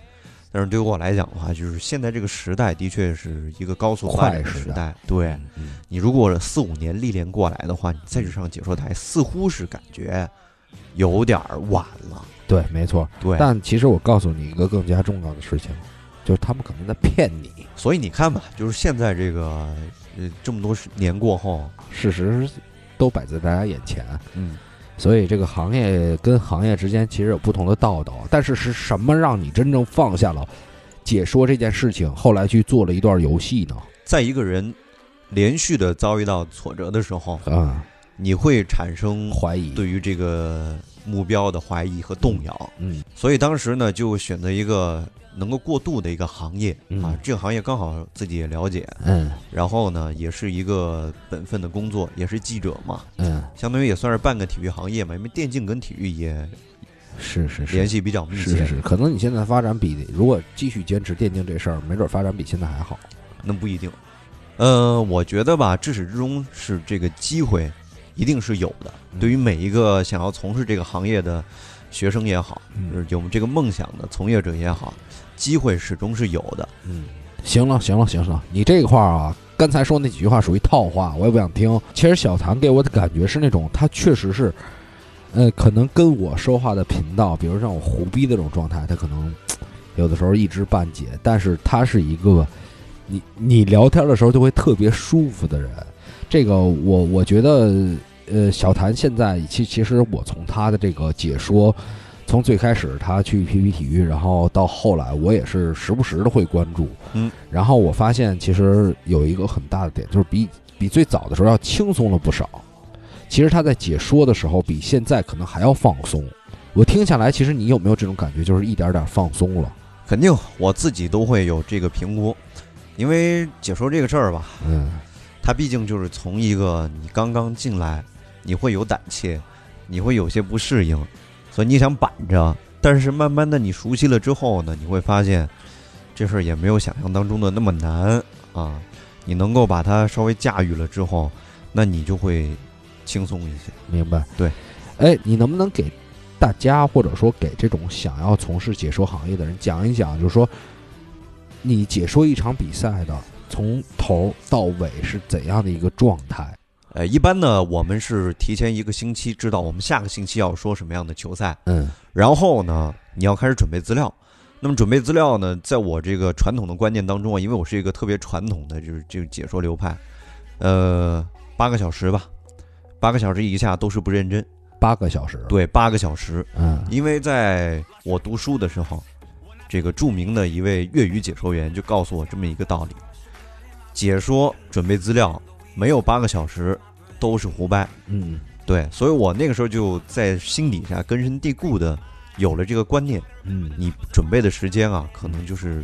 D: 但是对于我来讲的话，就是现在这个时代的确是一个高速发展的
C: 快时
D: 时
C: 代
D: 代，对，
C: 嗯，
D: 你如果四五年历练过来的话，你再去上解说台，似乎是感觉有点儿晚了。
C: 对，没错。
D: 对，
C: 但其实我告诉你一个更加重要的事情，就是他们可能在骗你。
D: 所以你看吧，就是现在这个呃这么多十年过后，
C: 事实都摆在大家眼前，
D: 嗯，
C: 所以这个行业跟行业之间其实有不同的道道。但是是什么让你真正放下了解说这件事情，后来去做了一段游戏呢？
D: 在一个人连续的遭遇到挫折的时候，
C: 啊、
D: 你会产生
C: 怀疑，，
D: 对于这个目标的怀疑和动摇。
C: 嗯
D: 所以当时呢，就选择一个能够过渡的一个行业
C: 嗯
D: 啊，这个行业刚好自己也了解，
C: 嗯
D: 然后呢，也是一个本分的工作，也是记者嘛，
C: 嗯，
D: 相当于也算是半个体育行业嘛，因为电竞跟体育也
C: 是是是
D: 联。系比较密切。
C: 是是是，可能你现在发展比如果继续坚持电竞这事儿，没准发展比现在还好。
D: 那不一定。呃，我觉得吧，至始至终是这个机会一定是有的。
C: 嗯
D: 对于每一个想要从事这个行业的学生也好，
C: 嗯
D: 就是有这个梦想的从业者也好，机会始终是有的。
C: 嗯，行了，行了，行了，你这块儿啊，刚才说那几句话属于套话，我也不想听。其实小谭给我的感觉是那种，他确实是，呃，可能跟我说话的频道，比如像我胡逼的这种状态，他可能有的时候一知半解，但是他是一个，你你聊天的时候就会特别舒服的人。这个我我觉得，呃，小谭现在其其实我从他的这个解说，从最开始他去 PP 体育，然后到后来我也是时不时的会关注，
D: 嗯，
C: 然后我发现其实有一个很大的点，就是比比最早的时候要轻松了不少。其实他在解说的时候比现在可能还要放松。我听下来，其实你有没有这种感觉，就是一点点放松了？
D: 肯定我自己都会有这个评估，因为解说这个事儿吧，
C: 嗯，
D: 它毕竟就是从一个你刚刚进来，你会有胆怯，你会有些不适应，所以你想板着，但是慢慢的你熟悉了之后呢，你会发现这事儿也没有想象当中的那么难啊，你能够把它稍微驾驭了之后，那你就会轻松一些。
C: 明白。
D: 对，
C: 哎，你能不能给大家，或者说给这种想要从事解说行业的人讲一讲，就是说你解说一场比赛的从头到尾是怎样的一个状态？
D: 呃，一般呢，我们是提前一个星期知道我们下个星期要说什么样的球赛，
C: 嗯
D: 然后呢，你要开始准备资料。那么准备资料呢，在我这个传统的观念当中啊，因为我是一个特别传统的，就是这个解说流派，呃，八个小时吧，八个小时以下都是不认真。
C: 八个小时。，
D: 对，八个小时，
C: 嗯
D: 因为在我读书的时候，这个著名的一位粤语解说员就告诉我这么一个道理：解说准备资料没有八个小时都是胡掰。
C: 嗯，
D: 对，所以我那个时候就在心底下根深蒂固的有了这个观念。
C: 嗯，
D: 你准备的时间啊，可能就是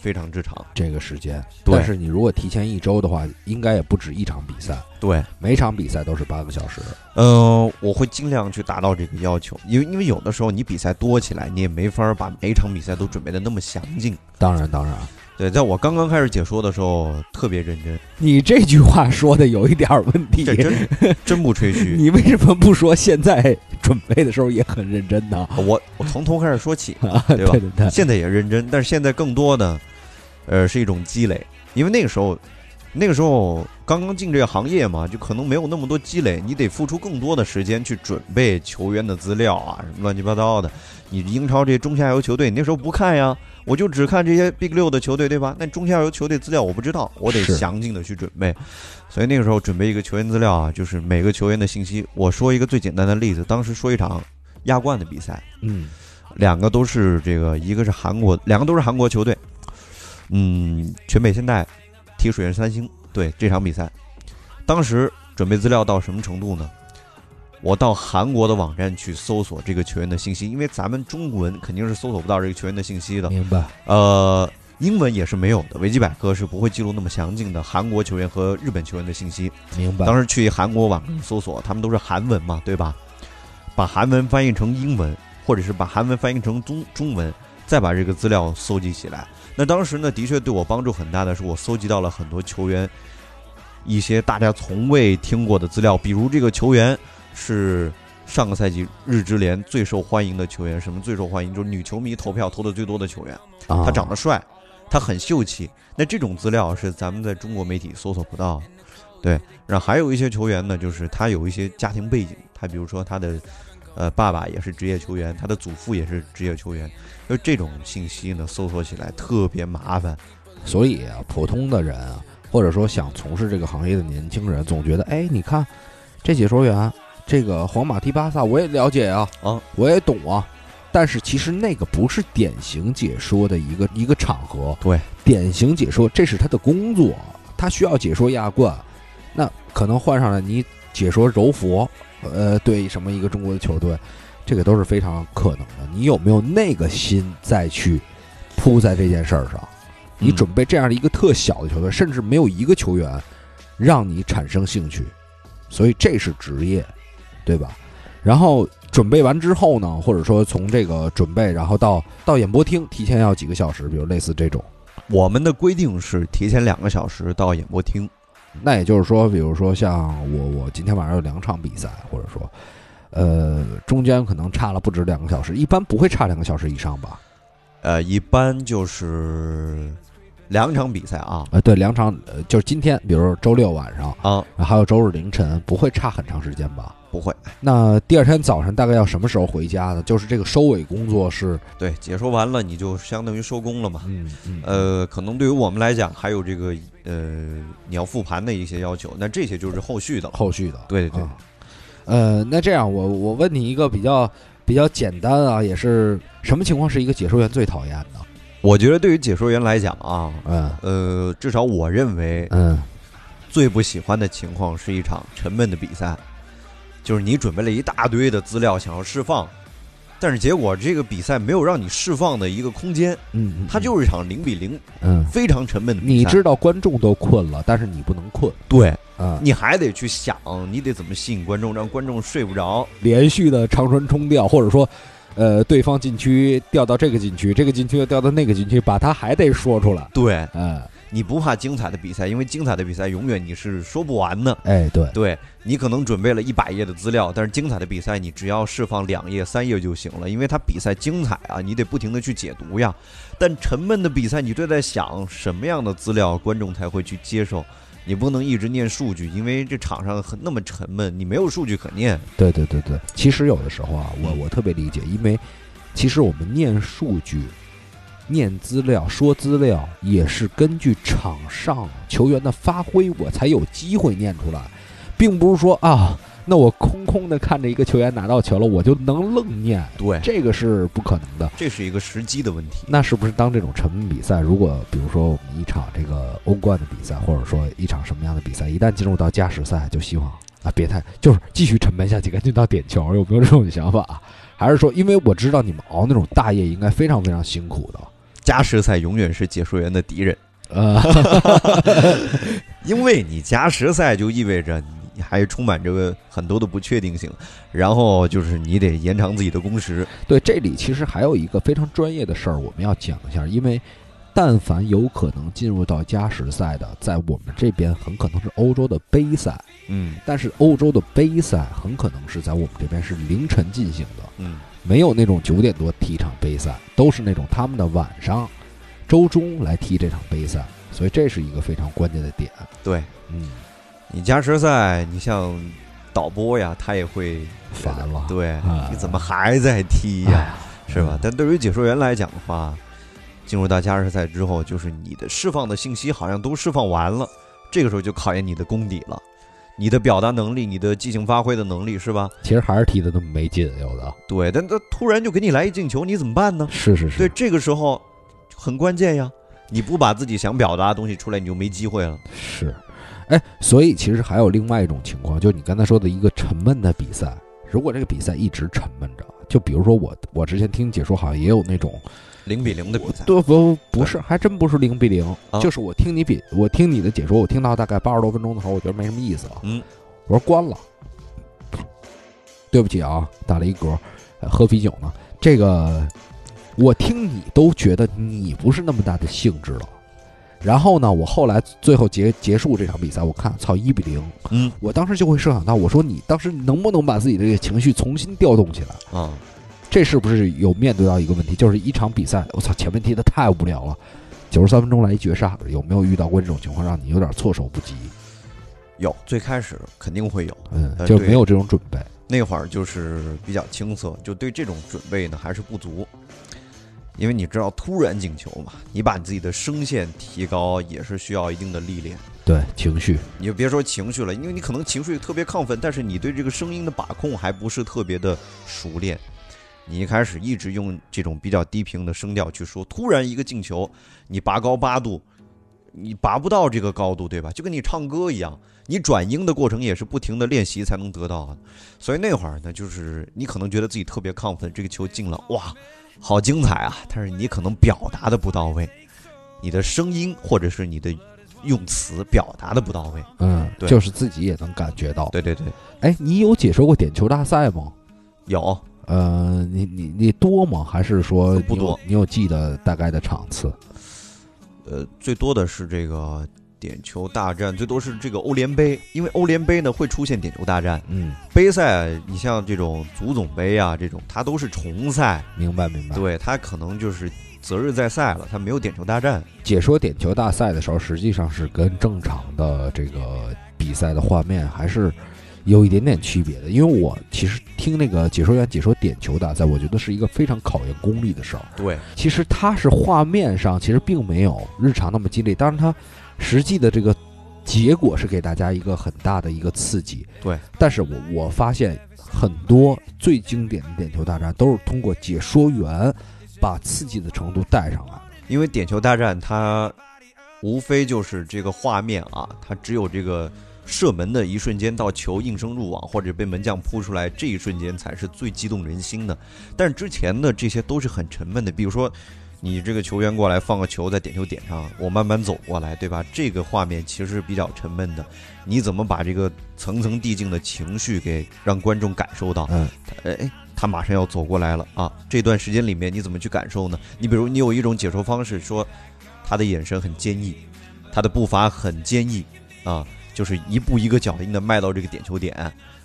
D: 非常之长。
C: 这个时间，
D: 对
C: 但是你如果提前一周的话，应该也不止一场比赛，
D: 对，
C: 每场比赛都是八个小时。
D: 嗯、我会尽量去达到这个要求，因为因为有的时候你比赛多起来，你也没法把每场比赛都准备的那么详尽。
C: 当然，当然，
D: [laughs]
C: 啊
D: 对，在我刚刚开始解说的时候，特别认真，
C: 你这句话说的有一点儿问题。
D: [laughs] 这真真不吹 [laughs] 嘘。
C: 你为什么不说现在准备的时候也很认真呢？
D: 我我从头开始说起， [laughs]
C: 对
D: 吧
C: 对对，
D: 现在也认真，但是现在更多的，呃，是一种积累，因为那个时候，那个时候刚刚进这个行业嘛，就可能没有那么多积累，你得付出更多的时间去准备球员的资料啊，什么乱七八糟的。你英超这些中下游球队，你那时候不看呀，我就只看这些 Big 六的球队，对吧？那中下游球队资料我不知道，我得
C: 是
D: 详尽的去准备。所以那个时候准备一个球员资料啊，就是每个球员的信息。我说一个最简单的例子，当时说一场亚冠的比赛。
C: 嗯
D: 两个都是这个，一个是韩国，两个都是韩国球队。嗯，全北现代踢水原三星，对这场比赛，当时准备资料到什么程度呢？我到韩国的网站去搜索这个球员的信息，因为咱们中文肯定是搜索不到这个球员的信息的。
C: 明白。
D: 呃，英文也是没有的，维基百科是不会记录那么详尽的韩国球员和日本球员的信息。
C: 明白。
D: 当时去韩国网上搜索，他们都是韩文嘛，对吧？把韩文翻译成英文，或者是把韩文翻译成中中文，再把这个资料搜集起来。那当时呢，的确对我帮助很大的是，我搜集到了很多球员一些大家从未听过的资料，比如这个球员是上个赛季日职联最受欢迎的球员，什么最受欢迎，就是女球迷投票投的最多的球员。
C: 他
D: 他长得帅，他很秀气。那这种资料是咱们在中国媒体搜索不到的。对，然后还有一些球员呢，就是他有一些家庭背景，他比如说他的呃爸爸也是职业球员，他的祖父也是职业球员，就这种信息呢搜索起来特别麻烦。
C: 所以啊，普通的人啊，或者说想从事这个行业的年轻人，总觉得，哎，你看这解说员，这个皇马踢巴萨，我也了解啊，
D: 啊，
C: 我也懂啊。但是其实那个不是典型解说的一个一个场合，
D: 对，
C: 典型解说这是他的工作，他需要解说亚冠，那可能换上了你解说柔佛，呃，对什么一个中国的球队，这个都是非常可能的。你有没有那个心再去扑在这件事儿上？你
D: 嗯
C: 准备这样的一个特小的球队，甚至没有一个球员让你产生兴趣，所以这是职业，对吧？然后准备完之后呢，或者说从这个准备，然后到到演播厅，提前要几个小时，比如类似这种。
D: 我们的规定是提前两个小时到演播厅。
C: 那也就是说，比如说像我，我今天晚上有两场比赛，或者说，呃，中间可能差了不止两个小时，一般不会差两个小时以上吧？
D: 呃，一般就是两场比赛啊
C: 呃，对，两场，呃，就是今天，比如说周六晚上，
D: 啊，
C: 还有周日凌晨，不会差很长时间吧？
D: 不会。
C: 那第二天早上大概要什么时候回家呢？就是这个收尾工作是，
D: 对，解说完了你就相当于收工了嘛。
C: 嗯嗯，
D: 呃，可能对于我们来讲，还有这个呃，你要复盘的一些要求，那这些就是后续的了。
C: 后续的。
D: 对对对
C: 啊呃，那这样我我问你一个比较比较简单啊，也是什么情况是一个解说员最讨厌的？
D: 我觉得对于解说员来讲啊，
C: 嗯
D: 呃，至少我认为
C: 嗯
D: 最不喜欢的情况是一场沉闷的比赛，就是你准备了一大堆的资料想要释放，但是结果这个比赛没有让你释放的一个空间，
C: 嗯，
D: 它就是一场零比零，
C: 嗯，
D: 非常沉闷的比
C: 你
D: 赛。
C: 知道观众都困了，但是你不能困
D: 对，
C: 啊。
D: 你还得去想，你得怎么吸引观众，让观众睡不着。
C: 连续的长传冲吊，或者说，呃，对方禁区掉到这个禁区，这个禁区又掉到那个禁区，把他还得说出来。
D: 对，
C: 嗯，
D: 你不怕精彩的比赛，因为精彩的比赛永远你是说不完的。
C: 哎，对，
D: 对你可能准备了一百页的资料，但是精彩的比赛你只要释放两页、三页就行了，因为它比赛精彩啊，你得不停的去解读呀。但沉闷的比赛，你就在想什么样的资料观众才会去接受，你不能一直念数据，因为这场上很那么沉闷，你没有数据可念。
C: 对对对对。其实有的时候啊，我我特别理解，因为其实我们念数据、念资料、说资料，也是根据场上球员的发挥，我才有机会念出来，并不是说啊，那我空空的看着一个球员拿到球了，我就能愣念，
D: 对，
C: 这个是不可能的。
D: 这是一个时机的问题。
C: 那是不是当这种沉闷比赛，如果比如说我们一场这个欧冠的比赛，或者说一场什么样的比赛，一旦进入到加时赛，就希望啊别太就是继续沉闷下去，赶紧到点球，有没有这种想法 [laughs] 啊？还是说，因为我知道你们熬那种大夜应该非常非常辛苦的，
D: 加时赛永远是解说员的敌人，
C: 呃，
D: 因为你加时赛就意味着你还充满着很多的不确定性，然后就是你得延长自己的工时。
C: 对，这里其实还有一个非常专业的事儿我们要讲一下，因为但凡有可能进入到加时赛的，在我们这边很可能是欧洲的杯赛，
D: 嗯
C: 但是欧洲的杯赛很可能是在我们这边是凌晨进行的。
D: 嗯。
C: 没有那种九点多踢一场杯赛，都是那种他们的晚上、周中来踢这场杯赛，所以这是一个非常关键的点。
D: 对
C: 嗯，
D: 你加时赛，你像导播呀，他也会觉得
C: 烦了
D: 对
C: 啊，嗯
D: 你怎么还在踢呀？是吧？但对于解说员来讲的话，进入到加时赛之后，就是你的释放的信息好像都释放完了，这个时候就考验你的功底了，你的表达能力，你的即兴发挥的能力，是吧？
C: 其实还是踢的那么没劲，有的
D: 对，但他突然就给你来一进球，你怎么办呢？
C: 是是
D: 对，
C: 是，
D: 这个时候很关键呀，你不把自己想表达的东西出来，你就没机会了。
C: 是。哎，所以其实还有另外一种情况，就是你刚才说的一个沉闷的比赛。如果这个比赛一直沉闷着，就比如说我，我之前听解说好像也有那种，
D: 零比零的比赛，
C: 对不不是，还真不是零比零、
D: 啊
C: 就是我听你比我听你的解说，我听到大概八十多分钟的时候，我觉得没什么意思了，
D: 嗯，
C: 我说关了，对不起啊，打了一嗝，呃喝啤酒呢。这个我听你都觉得你不是那么大的兴致了。然后呢，我后来最后结结束这场比赛，我看操一比零，
D: 嗯
C: 我当时就会设想到，我说你当时能不能把自己的这个情绪重新调动起来？
D: 啊。
C: 这是不是有面对到一个问题，就是一场比赛，我操，前面踢的太无聊了，九十三分钟来一绝杀，有没有遇到过这种情况，让你有点措手不及？
D: 有，最开始肯定会有，
C: 嗯，
D: 呃
C: 就
D: 对
C: 没有这种准备。
D: 那会儿就是比较青涩，就对这种准备呢还是不足，因为你知道突然进球嘛，你把你自己的声线提高也是需要一定的历练，
C: 对情绪，
D: 你就别说情绪了，因为你可能情绪特别亢奋，但是你对这个声音的把控还不是特别的熟练。你一开始一直用这种比较低频的声调去说，突然一个进球，你拔高八度，你拔不到这个高度，对吧？就跟你唱歌一样，你转音的过程也是不停的练习才能得到的。所以那会儿呢，就是你可能觉得自己特别亢奋，这个球进了，哇，好精彩啊！但是你可能表达的不到位，你的声音或者是你的用词表达的不到位。
C: 嗯，
D: 对
C: 就是自己也能感觉到。
D: 对对对，
C: 哎，你有解说过点球大赛吗？
D: 有
C: 呃，你你你多吗？还是说
D: 不
C: 你有
D: 多？
C: 你有记得大概的场次？
D: 呃，最多的是这个点球大战，最多是这个欧联杯，因为欧联杯呢会出现点球大战。
C: 嗯，
D: 杯赛，你像这种足总杯啊，这种它都是重赛，
C: 明白明白。
D: 对，它可能就是择日再赛了，它没有点球大战。
C: 解说点球大赛的时候，实际上是跟正常的这个比赛的画面还是有一点点区别的。因为我其实听那个解说员解说点球大赛，我觉得是一个非常考验功力的事儿。
D: 对，
C: 其实它是画面上其实并没有日常那么激烈，当然它实际的这个结果是给大家一个很大的一个刺激。
D: 对，
C: 但是我我发现很多最经典的点球大战都是通过解说员把刺激的程度带上来。
D: 因为点球大战它无非就是这个画面啊，它只有这个射门的一瞬间到球应声入网或者被门将扑出来这一瞬间才是最激动人心的。但是之前的这些都是很沉闷的，比如说你这个球员过来放个球在点球点上，我慢慢走过来，对吧？这个画面其实是比较沉闷的。你怎么把这个层层递进的情绪给让观众感受到？
C: 嗯，
D: 哎，哎他马上要走过来了啊！这段时间里面你怎么去感受呢？你比如你有一种解说方式说，他的眼神很坚毅，他的步伐很坚毅啊，就是一步一个脚印的迈到这个点球点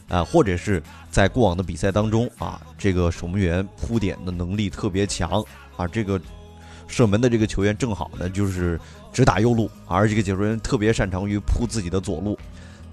D: 啊，或者是在过往的比赛当中啊，这个守门员扑点的能力特别强啊，这个射门的这个球员正好呢就是只打右路，而这个解说员特别擅长于扑自己的左路。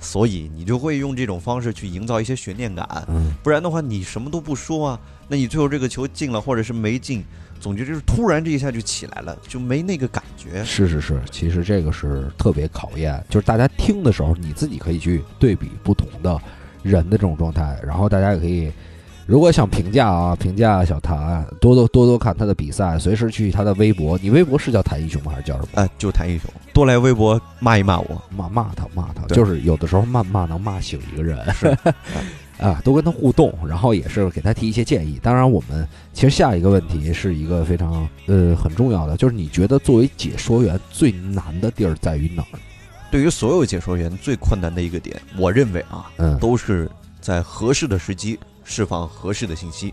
D: 所以你就会用这种方式去营造一些悬念感，
C: 嗯，
D: 不然的话，你什么都不说啊，那你最后这个球进了或者是没进，总觉得就是突然这一下就起来了，就没那个感觉。
C: 是是是，其实这个是特别考验，就是大家听的时候，你自己可以去对比不同的人的这种状态，然后大家也可以，如果想评价啊，评价小谭，多多多多看他的比赛，随时去他的微博，你微博是叫谭英雄吗？还是叫什么？
D: 啊、就谭英雄，多来微博骂一骂我。
C: 骂骂他，骂他，
D: 对
C: 就是有的时候谩骂能骂醒一个人，
D: 是
C: [laughs] 啊，多跟他互动，然后也是给他提一些建议。当然，我们其实下一个问题是一个非常呃很重要的，就是你觉得作为解说员最难的地儿在于哪儿？
D: 对于所有解说员最困难的一个点，我认为啊，
C: 嗯，
D: 都是在合适的时机释放合适的信息，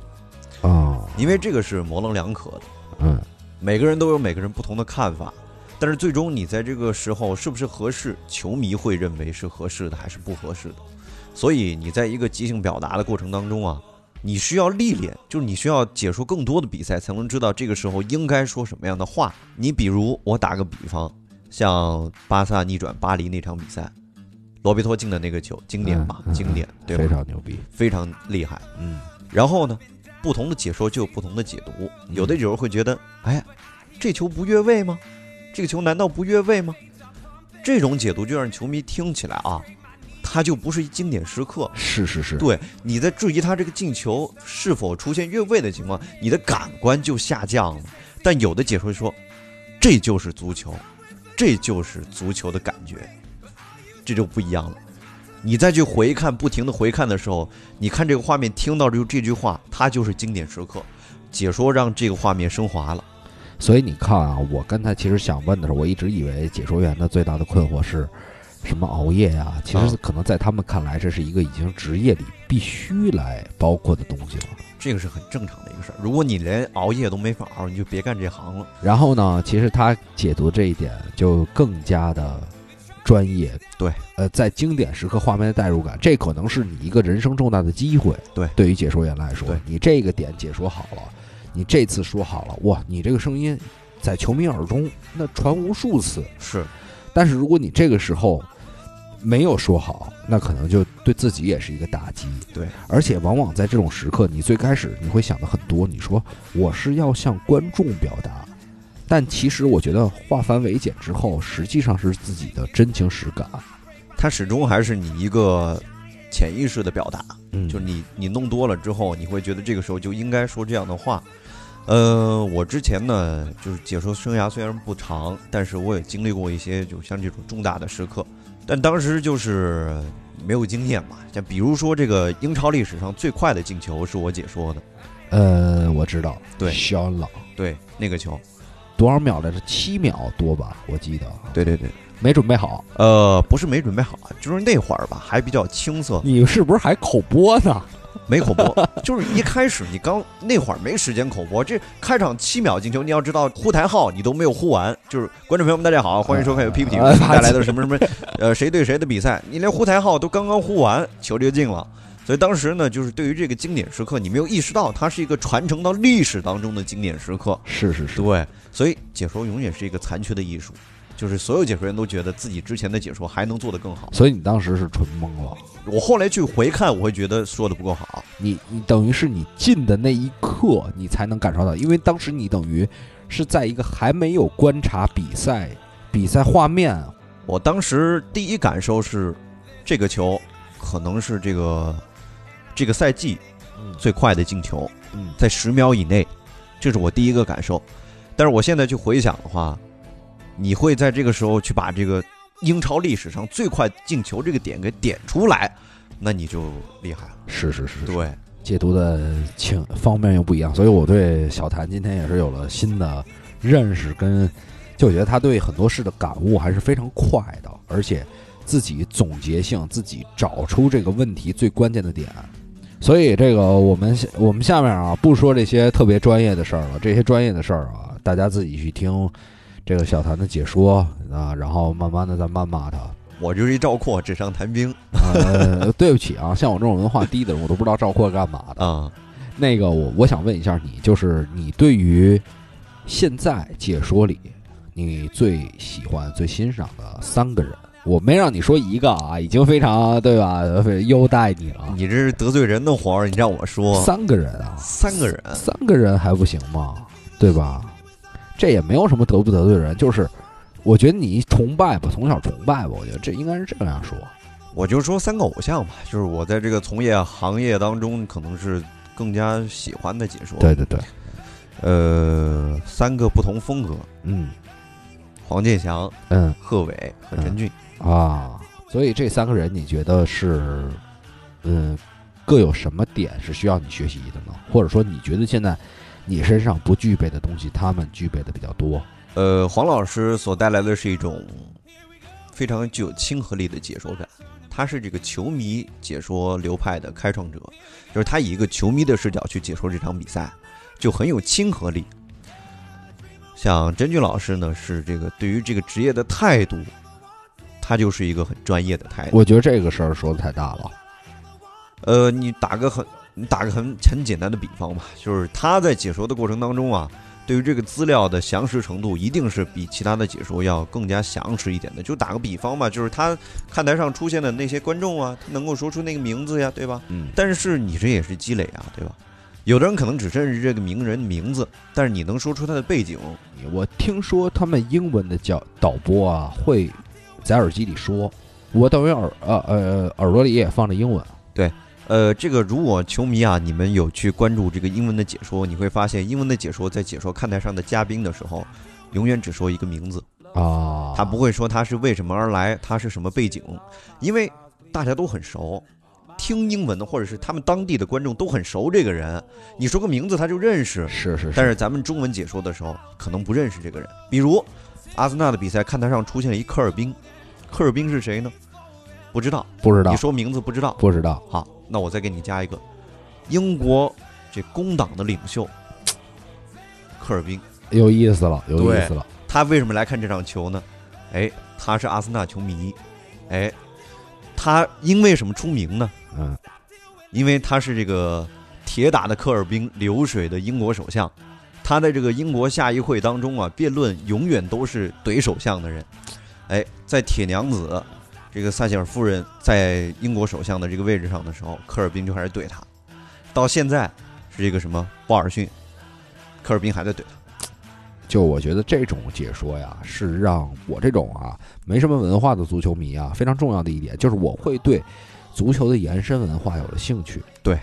C: 啊，
D: 因为这个是模棱两可的，
C: 嗯
D: 每个人都有每个人不同的看法。但是最终你在这个时候是不是合适，球迷会认为是合适的还是不合适的。所以你在一个即兴表达的过程当中啊，你需要历练，就是你需要解说更多的比赛，才能知道这个时候应该说什么样的话。你比如我打个比方，像巴萨逆转巴黎那场比赛，罗贝托进的那个球，经典吧
C: 嗯，嗯
D: 经典，对
C: 非
D: 吧？
C: 常牛逼，
D: 非常厉害。
C: 嗯
D: 然后呢，不同的解说就有不同的解读，有的解说会觉得，哎，这球不越位吗？这个球难道不越位吗？这种解读就让球迷听起来啊，它就不是经典时刻。
C: 是是是，
D: 对，你在质疑他这个进球是否出现越位的情况，你的感官就下降了。但有的解说说，这就是足球，这就是足球的感觉，这就不一样了。你再去回看，不停的回看的时候，你看这个画面，听到就这句话，它就是经典时刻。解说让这个画面升华了，
C: 所以你看啊，我刚才其实想问的是，我一直以为解说员的最大的困惑是什么熬夜呀、其实
D: 啊
C: 可能在他们看来，这是一个已经职业里必须来包括的东西了。
D: 这个是很正常的一个事儿。如果你连熬夜都没法熬，你就别干这行了。
C: 然后呢，其实他解读这一点就更加的专业。
D: 对，
C: 呃，在经典时刻画面的代入感，这可能是你一个人生重大的机会。
D: 对
C: 对于解说员来说
D: 对，
C: 你这个点解说好了，你这次说好了，哇，你这个声音在球迷耳中那传无数次。
D: 是，
C: 但是如果你这个时候没有说好，那可能就对自己也是一个打击。
D: 对，
C: 而且往往在这种时刻，你最开始你会想的很多，你说我是要向观众表达，但其实我觉得化繁为简之后，实际上是自己的真情实感。
D: 它始终还是你一个潜意识的表达。
C: 嗯
D: 就是你你弄多了之后，你会觉得这个时候就应该说这样的话。呃，我之前呢，就是解说生涯虽然不长，但是我也经历过一些就像这种重大的时刻，但当时就是没有经验嘛。像比如说这个英超历史上最快的进球是我解说的，
C: 呃，我知道，
D: 对
C: 肖恩朗
D: 对那个球，
C: 多少秒来着？七秒多吧，我记得。，
D: 对对对，
C: 没准备好。
D: 呃，不是没准备好，就是那会儿吧，还比较青涩，
C: 你是不是还口播呢？
D: 没口播， [laughs] 就是一开始你刚那会儿没时间口播，这开场七秒进球，你要知道呼台号你都没有呼完，就是观众朋友们大家好，欢迎收看由 PPT
C: 啊
D: 带来的什么什么， [laughs] 呃谁对谁的比赛，你连呼台号都刚刚呼完，球就进了。所以当时呢，就是对于这个经典时刻，你没有意识到它是一个传承到历史当中的经典时刻。
C: 是是是，
D: 对，所以解说永远是一个残缺的艺术，就是所有解说员都觉得自己之前的解说还能做得更好。
C: 所以你当时是纯懵了。
D: 我后来去回看，我会觉得说的不够好。
C: 你你等于是你进的那一刻，你才能感受到，因为当时你等于是在一个还没有观察比赛、比赛画面啊
D: 我当时第一感受是，这个球可能是这个这个赛季
C: 嗯
D: 最快的进球，
C: 嗯
D: 在十秒以内，这是我第一个感受。但是我现在去回想的话，你会在这个时候去把这个英超历史上最快进球这个点给点出来，那你就厉害了。
C: 是是是，
D: 对，
C: 解读的情方面又不一样，所以我对小谭今天也是有了新的认识跟，就觉得他对很多事的感悟还是非常快的，而且自己总结性，自己找出这个问题最关键的点。所以这个我们下我们下面啊，不说这些特别专业的事儿了，这些专业的事儿啊，大家自己去听这个小谭的解说啊，然后慢慢的再谩骂他。
D: 我就是一赵括，纸上谈兵
C: 呃，对不起啊，像我这种文化低的人，我都不知道赵括干嘛的。
D: 啊。
C: 那个我我想问一下你，就是你对于现在解说里你最喜欢、最欣赏的三个人，我没让你说一个啊，已经非常对吧？非优待你了。
D: 你这是得罪人的活儿，你让我说
C: 三个人啊，
D: 三个人，
C: 三个人还不行吗？对吧？这也没有什么得不得罪人，就是我觉得你崇拜吧，从小崇拜吧，我觉得这应该是这样说。
D: 我就说三个偶像吧，就是我在这个从业行业当中，可能是更加喜欢的解说。
C: 对，对对，
D: 呃，三个不同风格，
C: 嗯
D: 黄健翔、
C: 嗯
D: 贺炜和陈俊。
C: 啊，所以这三个人你觉得是，嗯，各有什么点是需要你学习的呢？或者说你觉得现在你身上不具备的东西，他们具备的比较多？
D: 呃，黄老师所带来的是一种非常具有亲和力的解说感，他是这个球迷解说流派的开创者，就是他以一个球迷的视角去解说这场比赛，就很有亲和力。像甄俊老师呢，是这个对于这个职业的态度，他就是一个很专业的态度。
C: 我觉得这个事儿说的太大了。
D: 呃，你打个很，你打个很很简单的比方吧，就是他在解说的过程当中啊，对于这个资料的详实程度，一定是比其他的解说要更加详实一点的。就打个比方吧，就是他看台上出现的那些观众啊，他能够说出那个名字呀，对吧？
C: 嗯
D: 但是你这也是积累啊，对吧？有的人可能只认识这个名人名字，但是你能说出他的背景，
C: 我听说他们英文的叫导播啊，会在耳机里说，我等于耳呃呃耳朵里也放着英文。
D: 呃，这个如果球迷啊，你们有去关注这个英文的解说，你会发现英文的解说在解说看台上的嘉宾的时候，永远只说一个名字，
C: 啊，
D: 他不会说他是为什么而来，他是什么背景，因为大家都很熟，听英文的或者是他们当地的观众都很熟这个人，你说个名字他就认识，
C: 是是
D: 但
C: 是，
D: 是咱们中文解说的时候可能不认识这个人。比如阿森纳的比赛看台上出现了一科尔宾，科尔宾是谁呢？不知道，
C: 不知道
D: 你说名字不知道。
C: 不知道
D: 好，那我再给你加一个，英国这工党的领袖科尔宾，
C: 有意思了，有意
D: 对
C: 思了。
D: 他为什么来看这场球呢？哎，他是阿森纳球迷，哎，他因为什么出名呢？
C: 嗯，
D: 因为他是这个铁打的科尔宾，流水的英国首相。他在这个英国下议会当中啊，辩论永远都是怼首相的人。哎，在铁娘子这个撒切尔夫人在英国首相的这个位置上的时候，科尔宾就开始怼他。到现在是这个什么鲍尔逊，科尔宾还在怼他。
C: 就我觉得这种解说呀，是让我这种啊没什么文化的足球迷啊非常重要的一点，就是我会对足球的延伸文化有了兴趣，
D: 对，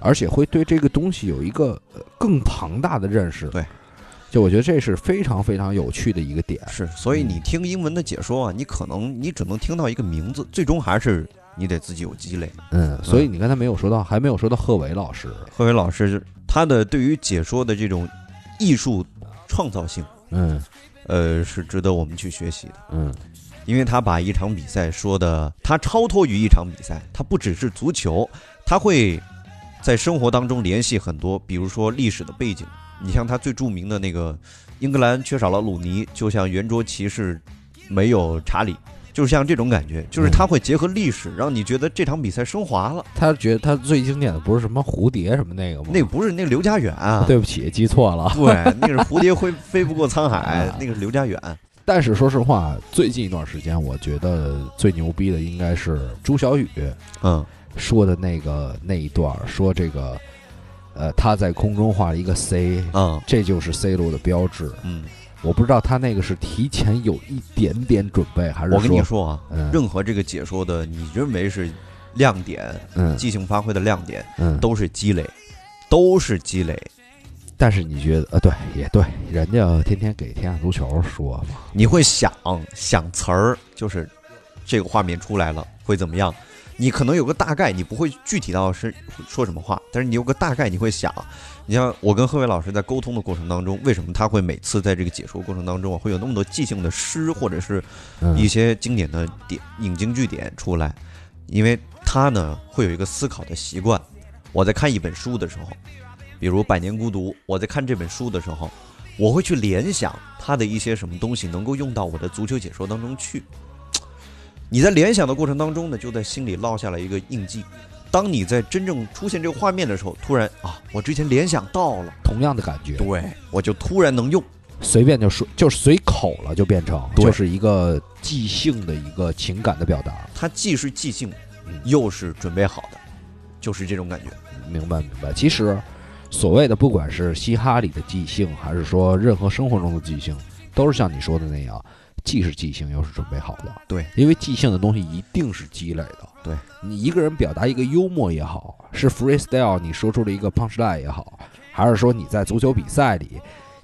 C: 而且会对这个东西有一个呃更庞大的认识，
D: 对。
C: 就我觉得这是非常非常有趣的一个点，
D: 是，所以你听英文的解说啊，你可能你只能听到一个名字，最终还是你得自己有积累。
C: 嗯，所以你刚才没有说到，还没有说到贺炜老师，
D: 贺炜老师他的对于解说的这种艺术创造性，
C: 嗯
D: 呃，是值得我们去学习的，
C: 嗯，
D: 因为他把一场比赛说的，他超脱于一场比赛，他不只是足球，他会在生活当中联系很多，比如说历史的背景。你像他最著名的那个英格兰缺少了鲁尼，就像圆桌骑士没有查理，就是像这种感觉，就是他会结合历史，让你觉得这场比赛升华了。
C: 他觉得他最经典的不是什么蝴蝶什么那个吗？
D: 那不是那个刘家远啊，
C: 对不起，记错了。
D: 嗯对，嗯那是蝴蝶会飞不过沧海
C: 啊，
D: 那个是刘家远。
C: 但是说实话，最近一段时间，我觉得最牛逼的应该是朱小雨
D: 嗯，
C: 说的那个那一段儿，说这个，呃，他在空中画了一个 C，
D: 嗯
C: 这就是 C 罗的标志。
D: 嗯，
C: 我不知道他那个是提前有一点点准备，还是
D: 我跟你说啊，
C: 嗯
D: 任何这个解说的，你认为是亮点、
C: 嗯
D: 即兴发挥的亮点，
C: 嗯，
D: 都是积累，都是积累。
C: 但是你觉得呃，对，也对，人家天天给天下足球说嘛，
D: 你会想想词儿，就是这个画面出来了会怎么样？你可能有个大概，你不会具体到是说什么话，但是你有个大概，你会想。你像我跟贺伟老师在沟通的过程当中，为什么他会每次在这个解说过程当中啊，会有那么多即兴的诗或者是
C: 嗯
D: 一些经典的点引经据典出来？因为他呢会有一个思考的习惯。我在看一本书的时候，比如《百年孤独》，我在看这本书的时候，我会去联想他的一些什么东西能够用到我的足球解说当中去。你在联想的过程当中呢，就在心里落下了一个印记。当你在真正出现这个画面的时候，突然啊，我之前联想到了，
C: 同样的感觉，
D: 对我就突然能用。
C: 随便就说就是随口了，就变成
D: 对
C: 就是一个即兴的一个情感的表达，
D: 它既是即兴
C: 嗯，
D: 又是准备好的，就是这种感觉。
C: 明白明白。其实所谓的不管是嘻哈里的即兴，还是说任何生活中的即兴，都是像你说的那样，既是即兴又是准备好的。
D: 对，
C: 因为即兴的东西一定是积累的。
D: 对，
C: 你一个人表达一个幽默也好，是 freestyle 你说出了一个 punchline 也好，还是说你在足球比赛里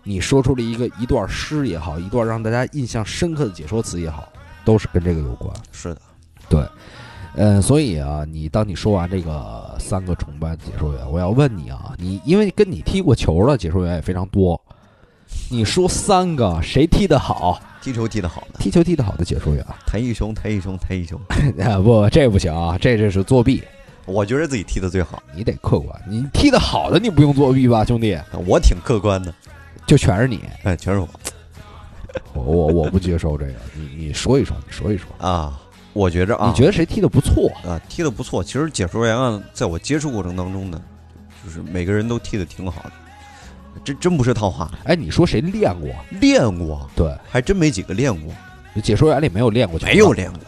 C: 你说出了一个一段诗也好，一段让大家印象深刻的解说词也好，都是跟这个有关。
D: 是的，
C: 嗯，所以啊，你当你说完这个三个崇拜的解说员，我要问你啊，你因为跟你踢过球的解说员也非常多，你说三个谁踢得好？
D: 踢球踢得好的，
C: 踢球踢得好的解说员， [laughs]
D: 谭一雄，谭一雄，谭一雄，
C: 啊不，这不行啊，这这是作弊，
D: [laughs] 我觉得自己踢得最好，
C: 你得客观。你踢得好的，你不用作弊吧，兄弟？
D: 我挺客观的，
C: 就全是你，
D: 哎，全是我。
C: 我我我不接受这个。你你说一说，你说一说，
D: 啊，我觉着啊，
C: 你觉得谁踢得不错？
D: 啊踢得不错。其实解说员啊，在我接触过程当中呢，就是每个人都踢得挺好的，这真不是套话。
C: 哎，你说谁练过？
D: 练过
C: 对，
D: 还真没几个练过，
C: 解说员里没有练过球的，
D: 没有练过。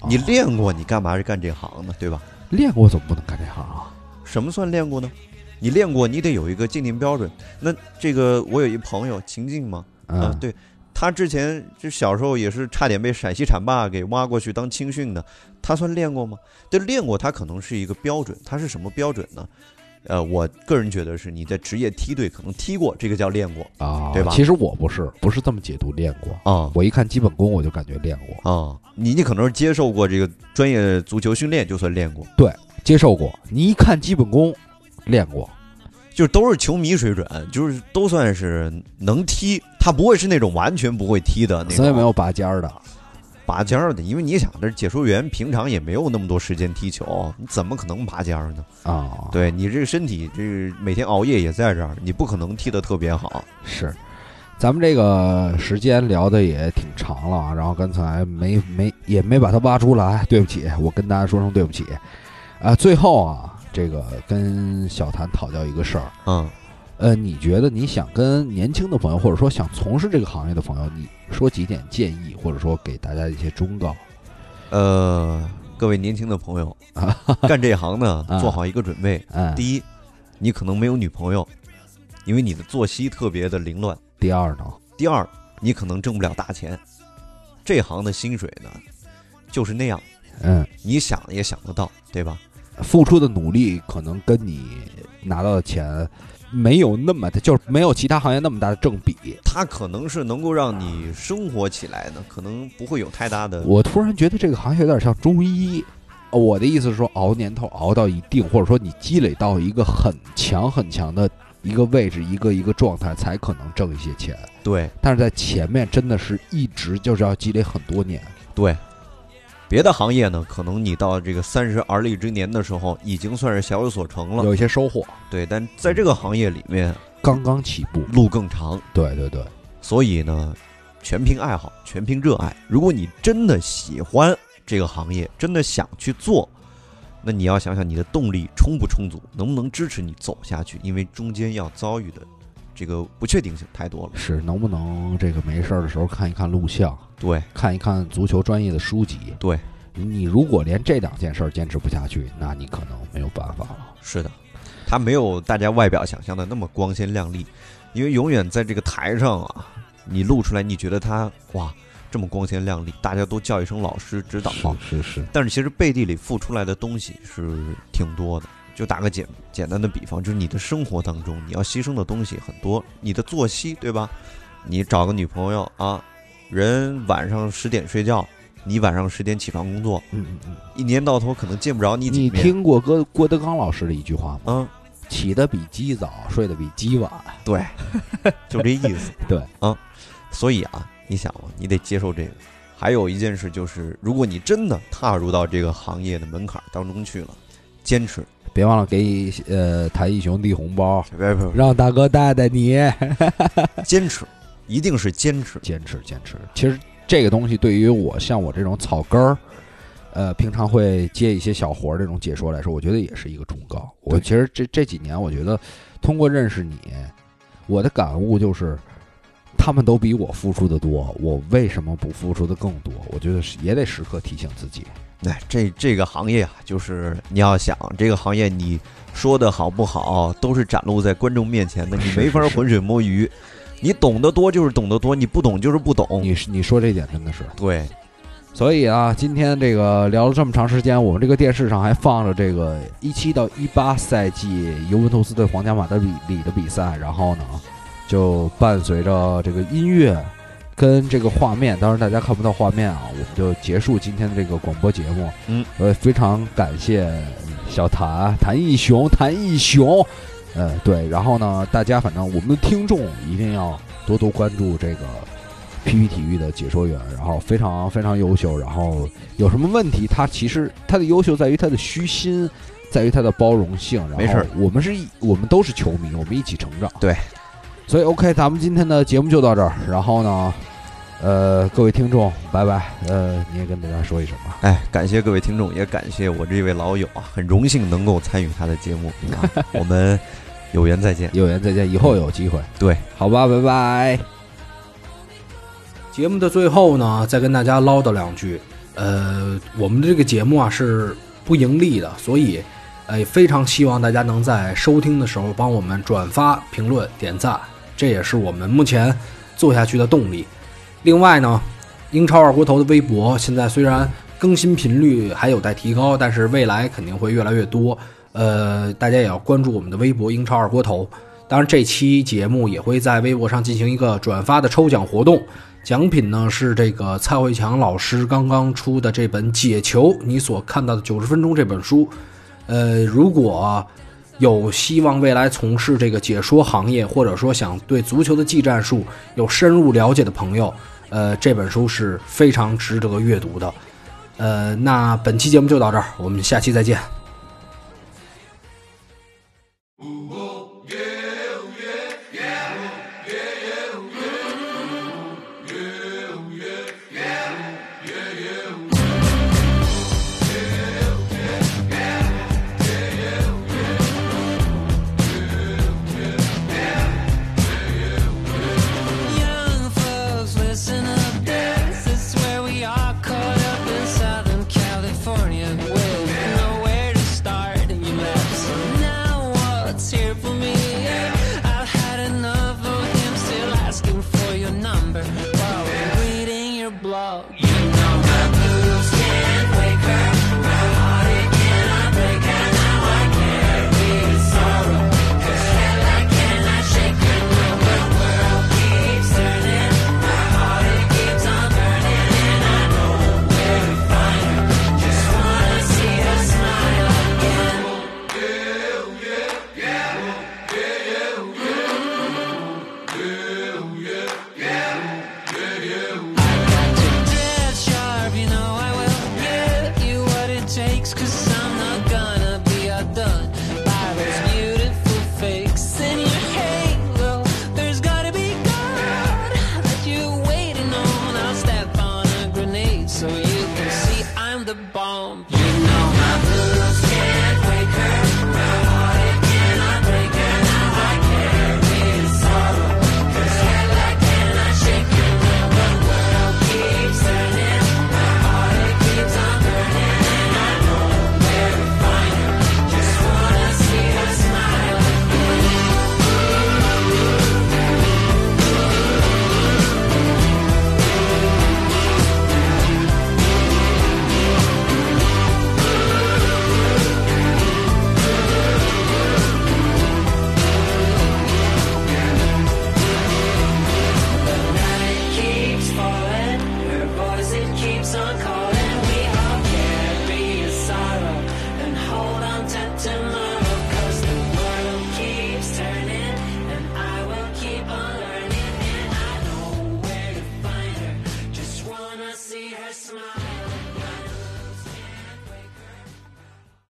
C: 啊
D: 你练过，你干嘛是干这行呢？对吧？
C: 练过，怎么不能干这行啊？
D: 什么算练过呢？你练过，你得有一个鉴定标准。那这个，我有一朋友秦静嘛，啊，
C: 嗯，
D: 对他之前就小时候也是差点被陕西浐灞给挖过去当青训的，他算练过吗？这练过，他可能是一个标准，他是什么标准呢？呃，我个人觉得是你在职业梯队可能踢过，这个叫练过
C: 啊，
D: 对吧
C: 其实我不是，不是这么解读练过。
D: 啊
C: 我一看基本功，我就感觉练过，
D: 啊，你你可能是接受过这个专业足球训练，就算练过，
C: 接受过。你一看基本功，练过。
D: 就是都是球迷水准，就是都算是能踢，他不会是那种完全不会踢的那
C: 所以没
D: 种
C: 有拔尖儿的，
D: 拔尖儿的，因为你想，这解说员平常也没有那么多时间踢球，你怎么可能拔尖儿呢？
C: 啊，，
D: 对你这个身体，这个每天熬夜也在这儿，你不可能踢得特别好。
C: 是。咱们这个时间聊的也挺长了啊，然后刚才没没也没把它挖出来， [laughs] 对不起，我跟大家说声对不起。啊，最后啊，这个跟小谭讨教一个事儿，
D: 嗯，
C: 呃，你觉得你想跟年轻的朋友，或者说想从事这个行业的朋友，你说几点建议，或者说给大家一些忠告？
D: 呃，各位年轻的
C: [laughs]
D: 朋友，干这行呢
C: 啊，
D: 做好一个准备。
C: 嗯，
D: 第一，你可能没有女朋友，因为你的作息特别的凌乱。
C: 第二呢？
D: 第二，你可能挣不了大钱，这行的薪水呢，就是那样，
C: 嗯，
D: 你想也想得到，对吧？
C: 付出的努力可能跟你拿到的钱没有那么的，就是没有其他行业那么大的正比。
D: 它可能是能够让你生活起来呢，可能不会有太大的
C: 我突然觉得这个行业有点像中医。呃我的意思是说，熬年头熬到一定，或者说你积累到一个很强很强的一个位置，一个一个状态，才可能挣一些钱。
D: 对。
C: 但是在前面真的是一直就是要积累很多年。
D: 对，别的行业呢，可能你到这个三十而立之年的时候，已经算是小有所成了。
C: 有一些收获，
D: 对，但在这个行业里面，
C: 刚刚起步。
D: 路更长，
C: 对对对，
D: 所以呢，全凭爱好，全凭热爱。如果你真的喜欢这个行业，真的想去做，那你要想想你的动力充不充足，能不能支持你走下去，因为中间要遭遇的这个不确定性太多了。
C: 是能不能这个没事儿的时候看一看录像，
D: 对，
C: 看一看足球专业的书籍。
D: 对，
C: 你如果连这两件事儿坚持不下去，那你可能没有办法了。
D: 是的，他没有大家外表想象的那么光鲜亮丽，因为永远在这个台上啊，你录出来，你觉得他哇这么光鲜亮丽，大家都叫一声老师指导，
C: 是是，
D: 但是其实背地里付出来的东西是挺多的。就打个简简单的比方，就是你的生活当中你要牺牲的东西很多，你的作息对吧？你找个女朋友啊，人晚上十点睡觉，你晚上十点起床工作，
C: 嗯嗯嗯。
D: 一年到头可能见不着你几
C: 你
D: 面。
C: 听过郭郭德纲老师的一句话吗？
D: 嗯，
C: 起得比鸡早，睡得比鸡晚。
D: 对，就这意思。
C: [laughs] 对
D: 啊，所以啊，你想啊，你得接受这个。还有一件事就是，如果你真的踏入到这个行业的门槛当中去了，坚持，
C: 别忘了给呃谭毅兄递红包，
D: 别别
C: 让大哥带带你。
D: 别，坚持，一定是坚持。
C: 坚持坚持。其实这个东西对于我像我这种草根儿，呃，平常会接一些小活儿这种解说来说，我觉得也是一个忠告。我
D: 对
C: 其实这这几年，我觉得通过认识你，我的感悟就是。他们都比我付出的多，我为什么不付出的更多？我觉得是也得时刻提醒自己。
D: 哎，这这个行业啊，就是你要想这个行业，你说的好不好，都是展露在观众面前的，你
C: 是
D: 没法
C: 是是
D: 浑水摸鱼。你懂得多就是懂得多，你不懂就是不懂。
C: 你你说这点真的是，
D: 对，
C: 所以啊，今天这个聊了这么长时间，我们这个电视上还放着这个一七到一八赛季尤文图斯对皇家马德里里的比赛，然后呢，就伴随着这个音乐跟这个画面，当然大家看不到画面啊，我们就结束今天的这个广播节目。
D: 嗯，
C: 呃，非常感谢小谭谭义雄谭义雄，呃，对，然后呢，大家反正我们的听众一定要多多关注这个 PP 体育的解说员，然后非常非常优秀，然后有什么问题，他其实他的优秀在于他的虚心，在于他的包容性。然后
D: 没事儿
C: 我们是一我们都是球迷，我们一起成长。
D: 对，
C: 所以 OK，咱们今天的节目就到这儿。然后呢，呃，各位听众，拜拜。呃，你也跟大家说一声吧。
D: 哎，感谢各位听众，也感谢我这位老友啊，很荣幸能够参与他的节目啊，我们有缘再
C: [laughs]
D: 见。
C: 有缘再见，以后有机会。
D: 对，
C: 好吧，拜拜。
E: 节目的最后呢，再跟大家唠叨两句。呃，我们的这个节目啊是不盈利的，所以，呃，非常希望大家能在收听的时候帮我们转发、评论、点赞，这也是我们目前做下去的动力。另外呢，英超二锅头的微博现在虽然更新频率还有待提高，但是未来肯定会越来越多。呃，大家也要关注我们的微博“英超二锅头”。当然，这期节目也会在微博上进行一个转发的抽奖活动，奖品呢是这个蔡慧强老师刚刚出的这本《解球：你所看到的九十分钟》这本书。呃，如果有希望未来从事这个解说行业，或者说想对足球的技战术有深入了解的朋友，呃，这本书是非常值得阅读的。呃，那本期节目就到这儿，我们下期再见，